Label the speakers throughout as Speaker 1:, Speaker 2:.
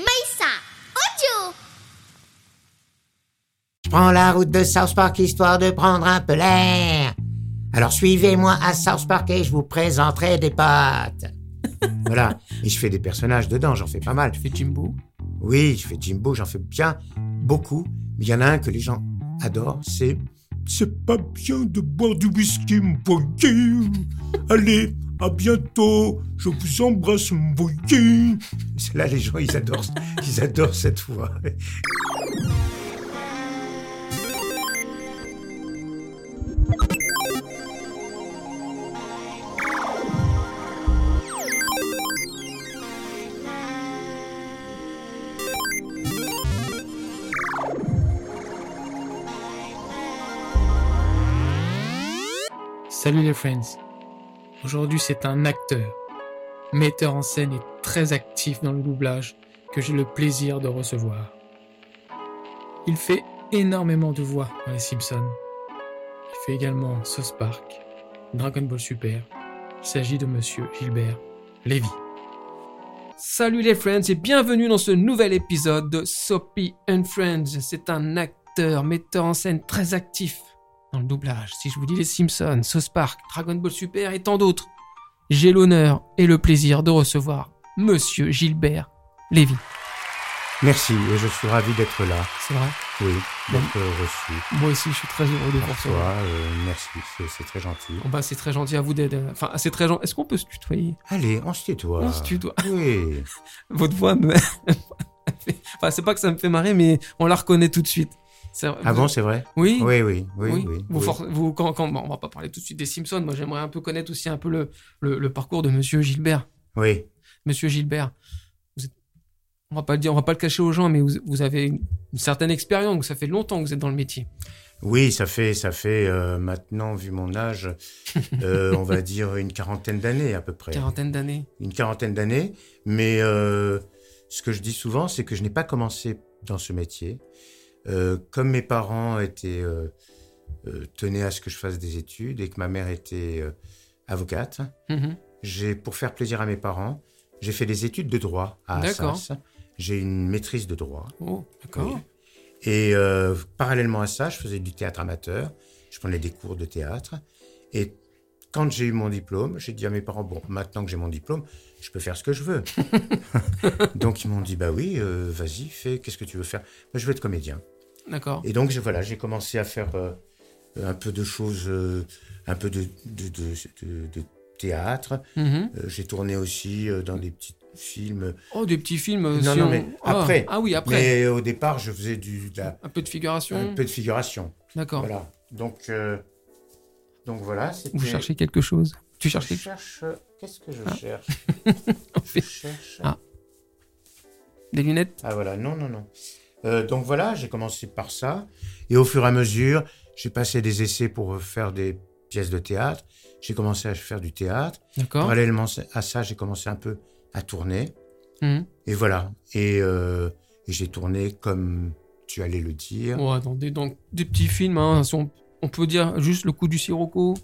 Speaker 1: Maïssa, audio
Speaker 2: Je prends la route de South Park histoire de prendre un peu l'air. Alors suivez-moi à South Park et je vous présenterai des potes. voilà. Et je fais des personnages dedans, j'en fais pas mal.
Speaker 3: Tu fais Jimbo
Speaker 2: Oui, je fais Jimbo, j'en fais bien beaucoup. Mais il y en a un que les gens adorent, c'est C'est pas bien de boire du whisky, mon voyou. Allez, à bientôt. Je vous embrasse, mon voyou. C'est là, les gens, ils adorent, ils adorent cette voix.
Speaker 3: Salut les friends. Aujourd'hui, c'est un acteur, metteur en scène et très actif dans le doublage que j'ai le plaisir de recevoir. Il fait énormément de voix dans les Simpsons. Il fait également Sauce Park, Dragon Ball Super. Il s'agit de monsieur Gilbert Lévy.
Speaker 4: Salut les friends et bienvenue dans ce nouvel épisode de Soppy and Friends. C'est un acteur, metteur en scène très actif dans le doublage. Si je vous dis les Simpsons, South Park, Dragon Ball Super et tant d'autres, j'ai l'honneur et le plaisir de recevoir Monsieur Gilbert Lévy.
Speaker 2: Merci, et je suis ravi d'être là.
Speaker 4: C'est vrai,
Speaker 2: Oui, d'être reçu.
Speaker 4: moi aussi je suis très heureux de vous
Speaker 2: Pour toi,
Speaker 4: recevoir.
Speaker 2: euh, merci, c'est- c'est très gentil.
Speaker 4: Bon bah c'est très gentil à vous d'aider. Enfin c'est très gentil. Est-ce qu'on peut se tutoyer
Speaker 2: Allez, on se tutoie.
Speaker 4: On se tutoie.
Speaker 2: Oui.
Speaker 4: Votre voix me... enfin c'est pas que ça me fait marrer mais on la reconnaît tout de suite. C'est-
Speaker 2: Ah bon, c'est vrai
Speaker 4: Oui.
Speaker 2: Oui, oui, oui, oui.
Speaker 4: Oui, vous,
Speaker 2: oui.
Speaker 4: for- vous- quand, quand- bon, on va pas parler tout de suite des Simpsons. Moi, j'aimerais un peu connaître aussi un peu le, le, le parcours de Monsieur Gilbert.
Speaker 2: Oui.
Speaker 4: Monsieur Gilbert, vous êtes- on va pas le dire, on va pas le cacher aux gens, mais vous, vous avez une, une certaine expérience. donc Ça fait longtemps que vous êtes dans le métier.
Speaker 2: Oui, ça fait, ça fait euh, maintenant, vu mon âge, euh, on va dire une quarantaine d'années à peu près.
Speaker 4: Quarantaine d'années.
Speaker 2: Une quarantaine d'années. Mais euh, ce que je dis souvent, c'est que je n'ai pas commencé dans ce métier. Euh, comme mes parents étaient euh, euh, tenaient à ce que je fasse des études et que ma mère était euh, avocate,
Speaker 4: Mhm.
Speaker 2: J'ai, pour faire plaisir à mes parents, j'ai fait des études de droit à
Speaker 4: D'accord.
Speaker 2: Assas. J'ai une maîtrise de droit.
Speaker 4: Oh, d'accord.
Speaker 2: Et euh, parallèlement à ça, je faisais du théâtre amateur. Je prenais des cours de théâtre. Et quand j'ai eu mon diplôme, j'ai dit à mes parents, bon, maintenant que j'ai mon diplôme, je peux faire ce que je veux. donc ils m'ont dit, bah oui, euh, vas-y, fais, qu'est-ce que tu veux faire Bah, Je veux être comédien.
Speaker 4: D'accord.
Speaker 2: Et donc, je- voilà, j'ai commencé à faire euh, un peu de choses, euh, un peu de, de- de- de- de théâtre.
Speaker 4: Mhm.
Speaker 2: Euh, j'ai tourné aussi euh, dans des petits films.
Speaker 4: Oh, des petits films. euh,
Speaker 2: Non,
Speaker 4: si
Speaker 2: non,
Speaker 4: on-
Speaker 2: mais
Speaker 4: Ah,
Speaker 2: après.
Speaker 4: Ah oui, après.
Speaker 2: Mais au départ, je faisais du, de la-
Speaker 4: Un peu de figuration.
Speaker 2: un peu de figuration.
Speaker 4: D'accord.
Speaker 2: Voilà. Donc, euh, donc voilà. c'était-
Speaker 4: Vous cherchez quelque chose Tu cherches
Speaker 2: Je
Speaker 4: quelque chose
Speaker 2: cherche. Qu'est-ce que je
Speaker 4: Ah.
Speaker 2: cherche Je cherche.
Speaker 4: Ah. Des lunettes
Speaker 2: Ah voilà, non, non, non. Euh, donc voilà, j'ai commencé par ça. Et au fur et à mesure, j'ai passé des essais pour euh, faire des pièces de théâtre. J'ai commencé à faire du théâtre.
Speaker 4: D'accord.
Speaker 2: Parallèlement à ça, j'ai commencé un peu à tourner.
Speaker 4: Mhm.
Speaker 2: Et voilà. Et, euh, et j'ai tourné comme tu allais le dire.
Speaker 4: Ouais, dans des, dans Oh, des petits films, hein, si on, on peut dire juste le coup du sirocco,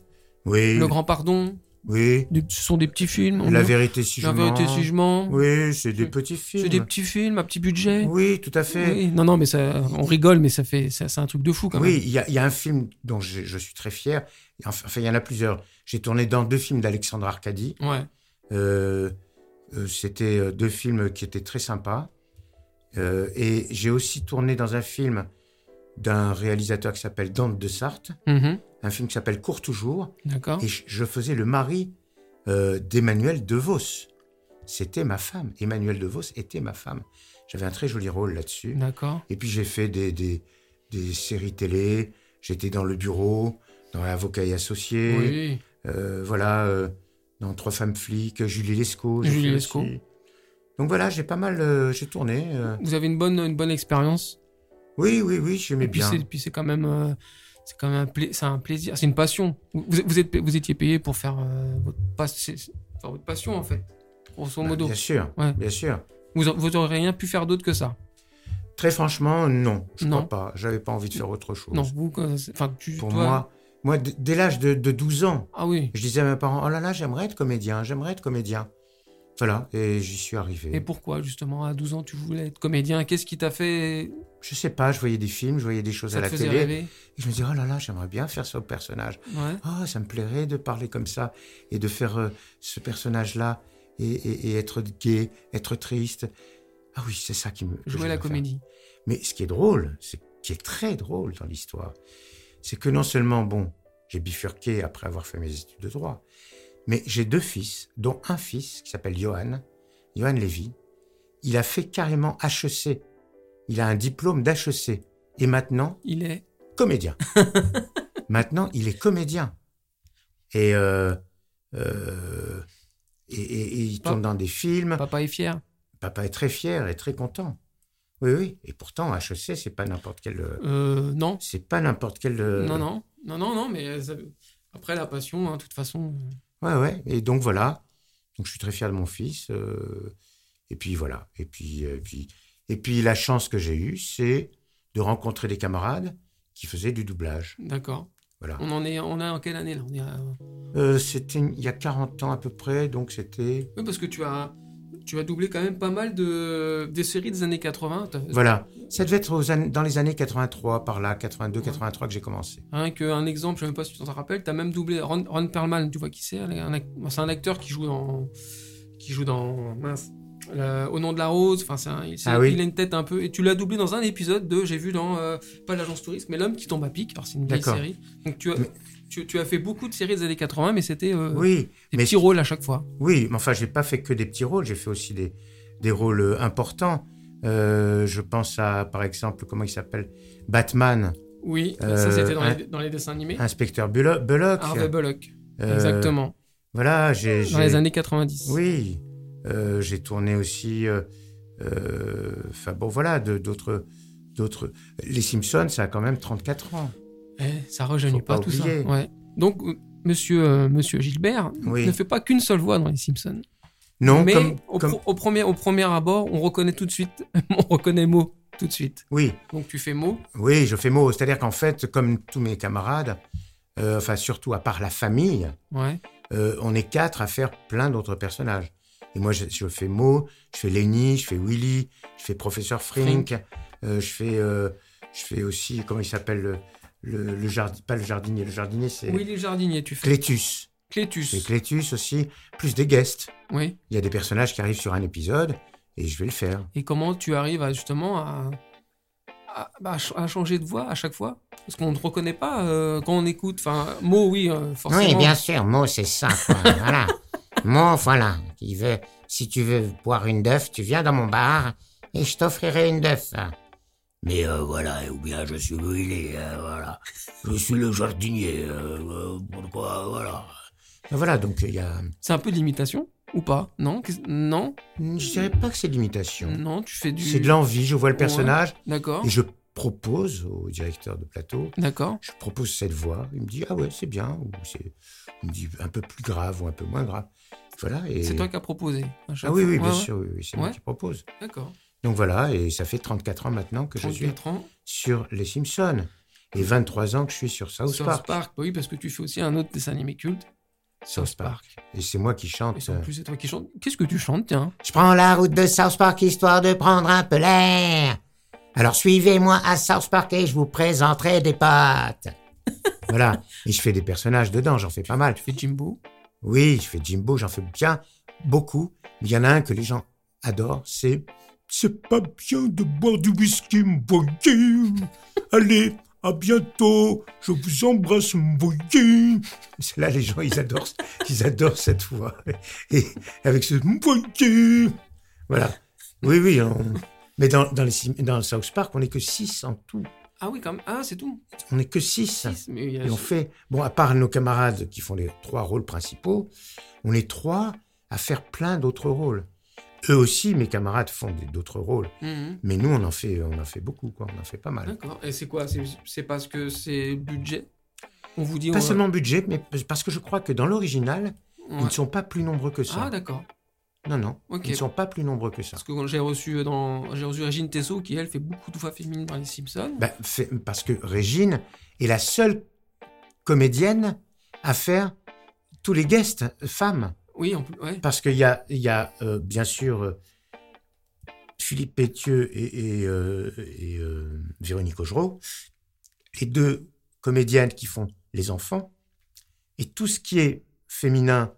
Speaker 2: Oui,
Speaker 4: le grand pardon.
Speaker 2: oui.
Speaker 4: des- ce sont des petits films. on-
Speaker 2: La vérité si je
Speaker 4: La vérité,
Speaker 2: mens.
Speaker 4: si je mens.
Speaker 2: Oui, c'est des
Speaker 4: C'est-
Speaker 2: petits films.
Speaker 4: C'est des petits films à petit budget.
Speaker 2: Oui, tout à fait.
Speaker 4: Oui, Non, non, mais ça, on rigole, mais ça fait, ça- c'est un truc de fou quand
Speaker 2: Oui, il y, a- il y a un film dont je, je suis très fier. Enfin, enfin, il y en a plusieurs. J'ai tourné dans deux films d'Alexandre Arcadi.
Speaker 4: même. Ouais.
Speaker 2: Euh, euh, C'était euh, deux films qui étaient très sympas. Euh, et j'ai aussi tourné dans un film d'un réalisateur qui s'appelle Dante de Sarthe,
Speaker 4: Mhm,
Speaker 2: un film qui s'appelle Cours toujours.
Speaker 4: D'accord.
Speaker 2: Et je, je faisais le mari euh, d'Emmanuel De Vos. C'était ma femme. Emmanuel De Vos était ma femme. J'avais un très joli rôle là-dessus.
Speaker 4: D'accord.
Speaker 2: Et puis j'ai fait des, des, des séries télé, j'étais dans le bureau, dans Avocat et Associé,
Speaker 4: Oui.
Speaker 2: euh, voilà, euh, dans Trois femmes flics, Julie Lescaut. j'ai
Speaker 4: Julie
Speaker 2: fait
Speaker 4: Lescaut.
Speaker 2: aussi. Donc voilà, j'ai pas mal, euh, j'ai tourné. euh.
Speaker 4: Vous avez une bonne, une bonne expérience.
Speaker 2: Oui, oui, oui, j'aimais
Speaker 4: Et puis
Speaker 2: bien.
Speaker 4: c'est, puis c'est quand même, euh, c'est quand même un, pla- c'est un plaisir, c'est une passion. Vous, vous êtes, vous étiez payé pour faire euh, votre, pas- c'est- c'est- enfin, votre passion en fait, grosso
Speaker 2: Bah,
Speaker 4: modo.
Speaker 2: Bien sûr,
Speaker 4: Ouais.
Speaker 2: bien sûr.
Speaker 4: Vous, a- vous auriez rien pu faire d'autre que ça.
Speaker 2: Très franchement, non, je
Speaker 4: Non.
Speaker 2: crois pas. J'avais pas envie de faire autre chose.
Speaker 4: Non, vous, euh, c'est- enfin, tu,
Speaker 2: Pour
Speaker 4: toi-
Speaker 2: moi, moi, d- dès l'âge de, de 12 ans,
Speaker 4: Ah oui.
Speaker 2: je disais à mes parents, oh là là, j'aimerais être comédien, j'aimerais être comédien. Voilà, et j'y suis arrivé.
Speaker 4: Et pourquoi, justement, à 12 ans, tu voulais être comédien Qu'est-ce qui t'a fait.
Speaker 2: Je sais pas, je voyais des films, je voyais des choses
Speaker 4: Ça
Speaker 2: à
Speaker 4: te
Speaker 2: la
Speaker 4: faisait
Speaker 2: télé.
Speaker 4: rêver
Speaker 2: Et je me disais, oh là là, j'aimerais bien faire ce personnage.
Speaker 4: Ouais.
Speaker 2: Ah, ça me plairait de parler comme ça et de faire euh, ce personnage-là et, et- et être gay, être triste. Ah oui, c'est ça qui me. que je
Speaker 4: Jouer à la
Speaker 2: veux faire.
Speaker 4: comédie.
Speaker 2: Mais ce qui est drôle, ce qui est très drôle dans l'histoire, c'est que non seulement, bon, j'ai bifurqué après avoir fait mes études de droit, mais j'ai deux fils, dont un fils qui s'appelle Johan, Johan Lévy. Il a fait carrément HEC. Il a un diplôme d'HEC. Et maintenant,
Speaker 4: Il est.
Speaker 2: comédien. Maintenant, il est comédien. Et, euh, euh, et, et- et il
Speaker 4: Papa-
Speaker 2: tourne dans des films.
Speaker 4: Papa est fier.
Speaker 2: Papa est très fier et très content. Oui, oui. Et pourtant, HEC, c'est pas n'importe quel. euh,
Speaker 4: Euh, non.
Speaker 2: C'est pas n'importe quel. euh,
Speaker 4: Non, non. Non, non, non, mais ça- après la passion, hein, de toute façon.
Speaker 2: Ouais, ouais. Et donc voilà. Donc je suis très fier de mon fils. euh, et puis voilà. Et puis, euh, et puis, et puis la chance que j'ai eue, c'est de rencontrer des camarades qui faisaient du doublage.
Speaker 4: D'accord.
Speaker 2: Voilà.
Speaker 4: On en est, on est en quelle année là On est à-
Speaker 2: Euh, c'était il y a 40 ans à peu près, donc c'était.
Speaker 4: Oui, parce que tu as, tu as doublé quand même pas mal de des séries des années 80. T'as-
Speaker 2: Voilà. Ça devait être aux an- dans les années 83, par là, 82,
Speaker 4: Ouais.
Speaker 2: 83 que j'ai commencé.
Speaker 4: Rien qu'un Hein, exemple, je sais même pas si tu t'en rappelles, tu as même doublé Ron, Ron Perlman, tu vois qui c'est un ac- bon, C'est un acteur qui joue dans. qui joue dans. mince, la- Au nom de la rose, enfin, c'est un- il, c'est-
Speaker 2: Ah oui.
Speaker 4: il a une tête un peu. Et tu l'as doublé dans un épisode de, j'ai vu dans, euh, pas l'agence touriste, mais L'homme qui tombe à pic. Alors, c'est une vieille
Speaker 2: D'accord.
Speaker 4: série. Donc, tu as,
Speaker 2: Mais-
Speaker 4: tu, tu as fait beaucoup de séries des années 80, mais c'était euh,
Speaker 2: Oui,
Speaker 4: des
Speaker 2: mais-
Speaker 4: petits rôles à chaque fois.
Speaker 2: oui, mais enfin, j'ai pas fait que des petits rôles, j'ai fait aussi des, des rôles euh, importants. Euh, je pense à, par exemple, comment il s'appelle Batman,
Speaker 4: Oui,
Speaker 2: Euh,
Speaker 4: ça c'était dans,
Speaker 2: un-
Speaker 4: les, dans les dessins animés.
Speaker 2: inspecteur Bulo- Bullock.
Speaker 4: Harvey Bullock,
Speaker 2: Euh,
Speaker 4: exactement.
Speaker 2: Voilà, j'ai.
Speaker 4: Dans
Speaker 2: j'ai-
Speaker 4: les années 90.
Speaker 2: Oui, Euh, j'ai tourné aussi. euh, euh, Enfin bon, voilà, de- d'autres. d'autres. Les Simpsons, ça a quand même 34 ans.
Speaker 4: Eh, ça rajeunit
Speaker 2: Faut
Speaker 4: pas,
Speaker 2: pas
Speaker 4: tout
Speaker 2: oublier.
Speaker 4: ça. Ouais. Donc, euh, monsieur, euh, monsieur Gilbert
Speaker 2: Oui.
Speaker 4: ne fait pas qu'une seule voix dans Les Simpsons.
Speaker 2: Non,
Speaker 4: Mais
Speaker 2: comme.
Speaker 4: au,
Speaker 2: comme-
Speaker 4: pro- au premier, au premier abord, on reconnaît tout de suite, on reconnaît Mo tout de suite.
Speaker 2: Oui,
Speaker 4: Donc tu fais Mo.
Speaker 2: oui, je fais mot. C'est-à-dire qu'en fait, comme tous mes camarades, euh, enfin surtout à part la famille,
Speaker 4: Ouais.
Speaker 2: euh, on est quatre à faire plein d'autres personnages. Et moi, je, je fais Mo, je fais Lenny, je fais Willy, je fais Professeur Frink, euh, je fais, euh, je fais aussi comment il s'appelle le, le, le jardi- pas le jardinier, le jardinier c'est
Speaker 4: Willy Jardinier, tu fais
Speaker 2: Clétus.
Speaker 4: Clétus.
Speaker 2: Et Clétus aussi, plus des guests.
Speaker 4: Oui.
Speaker 2: Il y a des personnages qui arrivent sur un épisode et je vais le faire.
Speaker 4: Et comment tu arrives à, justement à, à, bah, à ch- à changer de voix à chaque fois Parce qu'on ne te reconnaît pas euh, quand on écoute. Enfin, Mo, oui, euh, forcément.
Speaker 2: sûr, Mo, c'est ça. voilà. Mo, voilà. veut, si tu veux boire une d'œuf, tu viens dans mon bar et je t'offrirai une d'œuf.
Speaker 5: Mais euh, voilà, ou bien je suis brûlé, euh, voilà. Je suis le jardinier, euh, euh, pourquoi, voilà.
Speaker 2: Euh, Voilà, donc il y a.
Speaker 4: C'est un peu de l'imitation ou pas Non, qu'est-ce- non,
Speaker 2: hmm, Je dirais pas que c'est de l'imitation.
Speaker 4: non, tu fais du.
Speaker 2: C'est de l'envie, je vois le personnage
Speaker 4: D'accord.
Speaker 2: et je propose au directeur de plateau,
Speaker 4: D'accord.
Speaker 2: je propose cette voix. Il me dit ah ouais c'est bien ou c'est, il me dit un peu plus grave ou un peu moins grave. Voilà et
Speaker 4: C'est toi qui as proposé. à chaque
Speaker 2: ah oui
Speaker 4: fois.
Speaker 2: oui
Speaker 4: Ouais,
Speaker 2: bien
Speaker 4: ouais.
Speaker 2: sûr oui, oui, c'est
Speaker 4: Ouais.
Speaker 2: moi qui propose.
Speaker 4: D'accord.
Speaker 2: Donc voilà et ça fait 34 ans maintenant que je suis
Speaker 4: 34 ans.
Speaker 2: sur les Simpsons et 23 ans que je suis sur South,
Speaker 4: South Park. bah
Speaker 2: Park.
Speaker 4: Oui, parce que tu fais aussi un autre dessin animé culte. South Park.
Speaker 2: et c'est moi qui
Speaker 4: Et
Speaker 2: chante. euh,
Speaker 4: c'est en plus, c'est toi qui chante. Qu'est-ce que tu chantes, tiens
Speaker 2: Je prends la route de South Park histoire de prendre un peu l'air. Alors suivez-moi à South Park et je vous présenterai des potes. voilà. Et je fais des personnages dedans, j'en fais pas mal.
Speaker 4: Tu fais Jimbo.
Speaker 2: Oui, je fais Jimbo, j'en fais bien beaucoup. Il y en a un que les gens adorent, c'est C'est pas bien de boire du whisky, mon voyez. Allez, à bientôt. Je vous embrasse, mon voyez. C'est là les gens, ils adorent, ils adorent cette voix. Et avec ce mon voyez. Voilà. Oui, oui. on- Mais dans, dans, les, sim- dans South Park, on n'est que six en tout.
Speaker 4: Ah oui, quand même. Ah, c'est tout.
Speaker 2: On n'est que six.
Speaker 4: Six, Mais il y a-
Speaker 2: Et on fait, bon, à part nos camarades qui font les trois rôles principaux, on est trois à faire plein d'autres rôles. Eux aussi, mes camarades font des- d'autres rôles,
Speaker 4: Mhm.
Speaker 2: mais nous, on en fait, on en fait beaucoup, quoi. On en fait pas mal.
Speaker 4: D'accord. Et c'est quoi C'est- C'est parce que c'est budget On vous dit. on
Speaker 2: Pas
Speaker 4: va-
Speaker 2: seulement budget, mais parce que je crois que dans l'original,
Speaker 4: Ouais.
Speaker 2: ils ne sont pas plus nombreux que
Speaker 4: Ah,
Speaker 2: ça.
Speaker 4: d'accord.
Speaker 2: non, non,
Speaker 4: Ok.
Speaker 2: ils ne sont pas plus nombreux que ça.
Speaker 4: Parce que quand j'ai reçu, euh, dans... j'ai reçu Régine Tessot qui, elle, fait beaucoup de voix féminine dans Les Simpsons.
Speaker 2: Bah, fait- parce que Régine est la seule comédienne à faire tous les guests euh, femmes.
Speaker 4: Oui, en plus, ouais.
Speaker 2: Parce qu'il y a, il y a euh, bien sûr euh, Philippe Pétieux et, et, euh, et, euh, Véronique Augereau, les deux comédiennes qui font les enfants, et tout ce qui est féminin,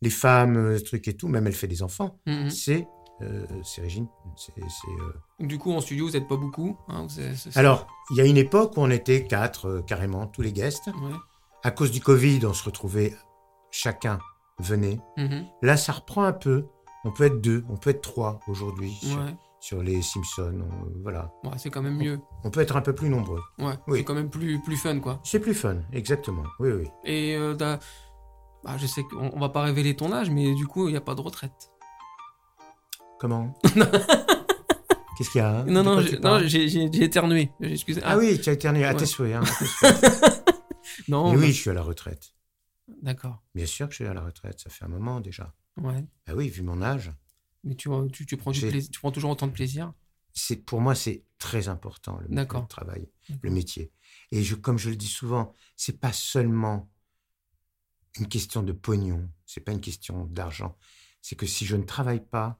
Speaker 2: les femmes, le truc et tout, même elle fait des enfants,
Speaker 4: Mhm.
Speaker 2: c'est euh, c'est Régine. c'est- c'est, euh,
Speaker 4: Du coup, en studio, vous n'êtes pas beaucoup. hein, vous êtes- c'est-
Speaker 2: Alors, il y a une époque où on était quatre, euh, carrément, tous les guests.
Speaker 4: Ouais.
Speaker 2: À cause du Covid, on se retrouvait, chacun venait.
Speaker 4: Mhm.
Speaker 2: Là, ça reprend un peu. On peut être deux, on peut être trois aujourd'hui sur,
Speaker 4: Ouais.
Speaker 2: sur les Simpsons. on- euh, voilà.
Speaker 4: Ouais, c'est quand même mieux.
Speaker 2: On peut être un peu plus nombreux.
Speaker 4: Ouais,
Speaker 2: Oui.
Speaker 4: c'est quand même plus, plus fun, quoi.
Speaker 2: C'est plus fun, exactement. Oui, oui.
Speaker 4: Et euh, t'as- bah, je sais qu'on on va pas révéler ton âge, mais du coup, il n'y a pas de retraite.
Speaker 2: Comment Qu'est-ce qu'il y a hein
Speaker 4: non,
Speaker 2: De
Speaker 4: non,
Speaker 2: quoi
Speaker 4: j'ai-
Speaker 2: tu
Speaker 4: non,
Speaker 2: parles
Speaker 4: j'ai j'ai- j'ai éternué. J'ai- excusez-
Speaker 2: Ah oui, tu as éternué. À
Speaker 4: Ouais.
Speaker 2: tes souhaits. hein.
Speaker 4: Non,
Speaker 2: Mais
Speaker 4: bah,
Speaker 2: oui, je suis à la retraite.
Speaker 4: D'accord.
Speaker 2: Bien sûr que je suis à la retraite. Ça fait un moment déjà.
Speaker 4: Ouais.
Speaker 2: Ah oui, vu mon âge.
Speaker 4: Mais tu, tu, tu prends du
Speaker 2: J'ai-
Speaker 4: plaisir- tu prends toujours autant de plaisir.
Speaker 2: c'est pour moi c'est très important le,
Speaker 4: D'accord.
Speaker 2: le travail,
Speaker 4: D'accord.
Speaker 2: le métier. Et je, comme je le dis souvent, c'est pas seulement une question de pognon, c'est pas une question d'argent. C'est que si je ne travaille pas,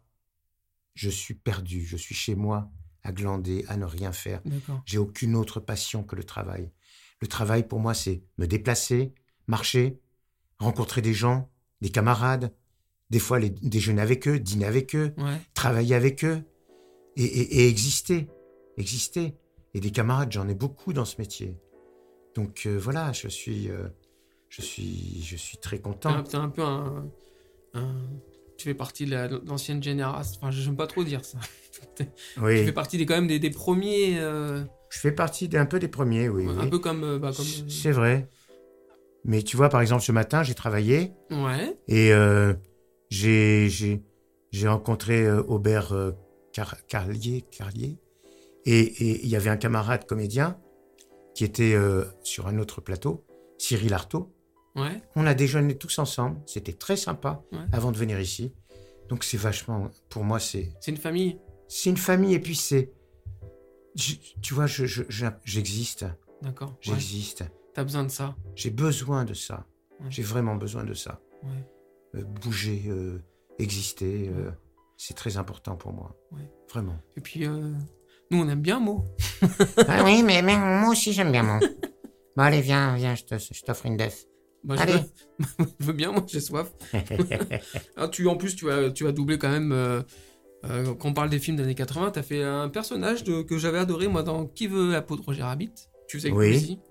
Speaker 2: je suis perdu, je suis chez moi à glander, à ne rien faire.
Speaker 4: D'accord.
Speaker 2: J'ai aucune autre passion que le travail. Le travail pour moi c'est me déplacer, marcher, rencontrer des gens, des camarades, des fois les déjeuner avec eux, dîner avec eux
Speaker 4: Ouais.
Speaker 2: travailler avec eux et, et- et exister, exister. Et des camarades, j'en ai beaucoup dans ce métier. Donc euh, voilà, je suis, euh, je suis, je suis très
Speaker 4: T'es un,
Speaker 2: content.
Speaker 4: t'es un peu un, un- Tu fais partie de la- de l'ancienne génération. Enfin, je n'aime pas trop dire ça. Tu
Speaker 2: Oui,
Speaker 4: fais partie des, quand même des, des premiers. euh,
Speaker 2: je fais partie d'un peu des premiers, oui.
Speaker 4: Un
Speaker 2: oui.
Speaker 4: peu comme. euh, bah, comme
Speaker 2: C- C'est vrai. Mais tu vois, par exemple, ce matin, j'ai travaillé
Speaker 4: Ouais.
Speaker 2: et euh, j'ai, j'ai, j'ai rencontré euh, Aubert euh, Car- Carlier, Carlier. Et et il y avait un camarade comédien qui était euh, sur un autre plateau, Cyril Artaud.
Speaker 4: Ouais.
Speaker 2: On a déjeuné tous ensemble, c'était très sympa
Speaker 4: Ouais.
Speaker 2: avant de venir ici. Donc c'est vachement, pour moi c'est,
Speaker 4: C'est une famille.
Speaker 2: c'est une famille et puis c'est, je- tu vois, je- je- je- j'existe,
Speaker 4: D'accord. Ouais.
Speaker 2: j'existe,
Speaker 4: T'as besoin de ça.
Speaker 2: j'ai besoin de ça,
Speaker 4: Ouais.
Speaker 2: j'ai vraiment besoin de ça.
Speaker 4: Ouais.
Speaker 2: Euh, bouger, euh, exister, euh, c'est très important pour moi,
Speaker 4: Ouais.
Speaker 2: vraiment.
Speaker 4: Et puis, euh, nous, on aime bien Mo.
Speaker 6: Ah oui, mais, mais moi aussi j'aime bien moi. Bon allez, viens, viens, je te- je t'offre une bœuf.
Speaker 4: Moi, je,
Speaker 6: Allez.
Speaker 4: veux, je veux bien, moi, j'ai soif. Ah, tu, en plus, tu as, tu as doublé quand même. euh, euh, quand on parle des films des années 80, t'as fait un personnage de- que j'avais adoré, moi, dans Qui veut la peau de Roger Rabbit Tu faisais
Speaker 2: Oui.
Speaker 4: Lucy.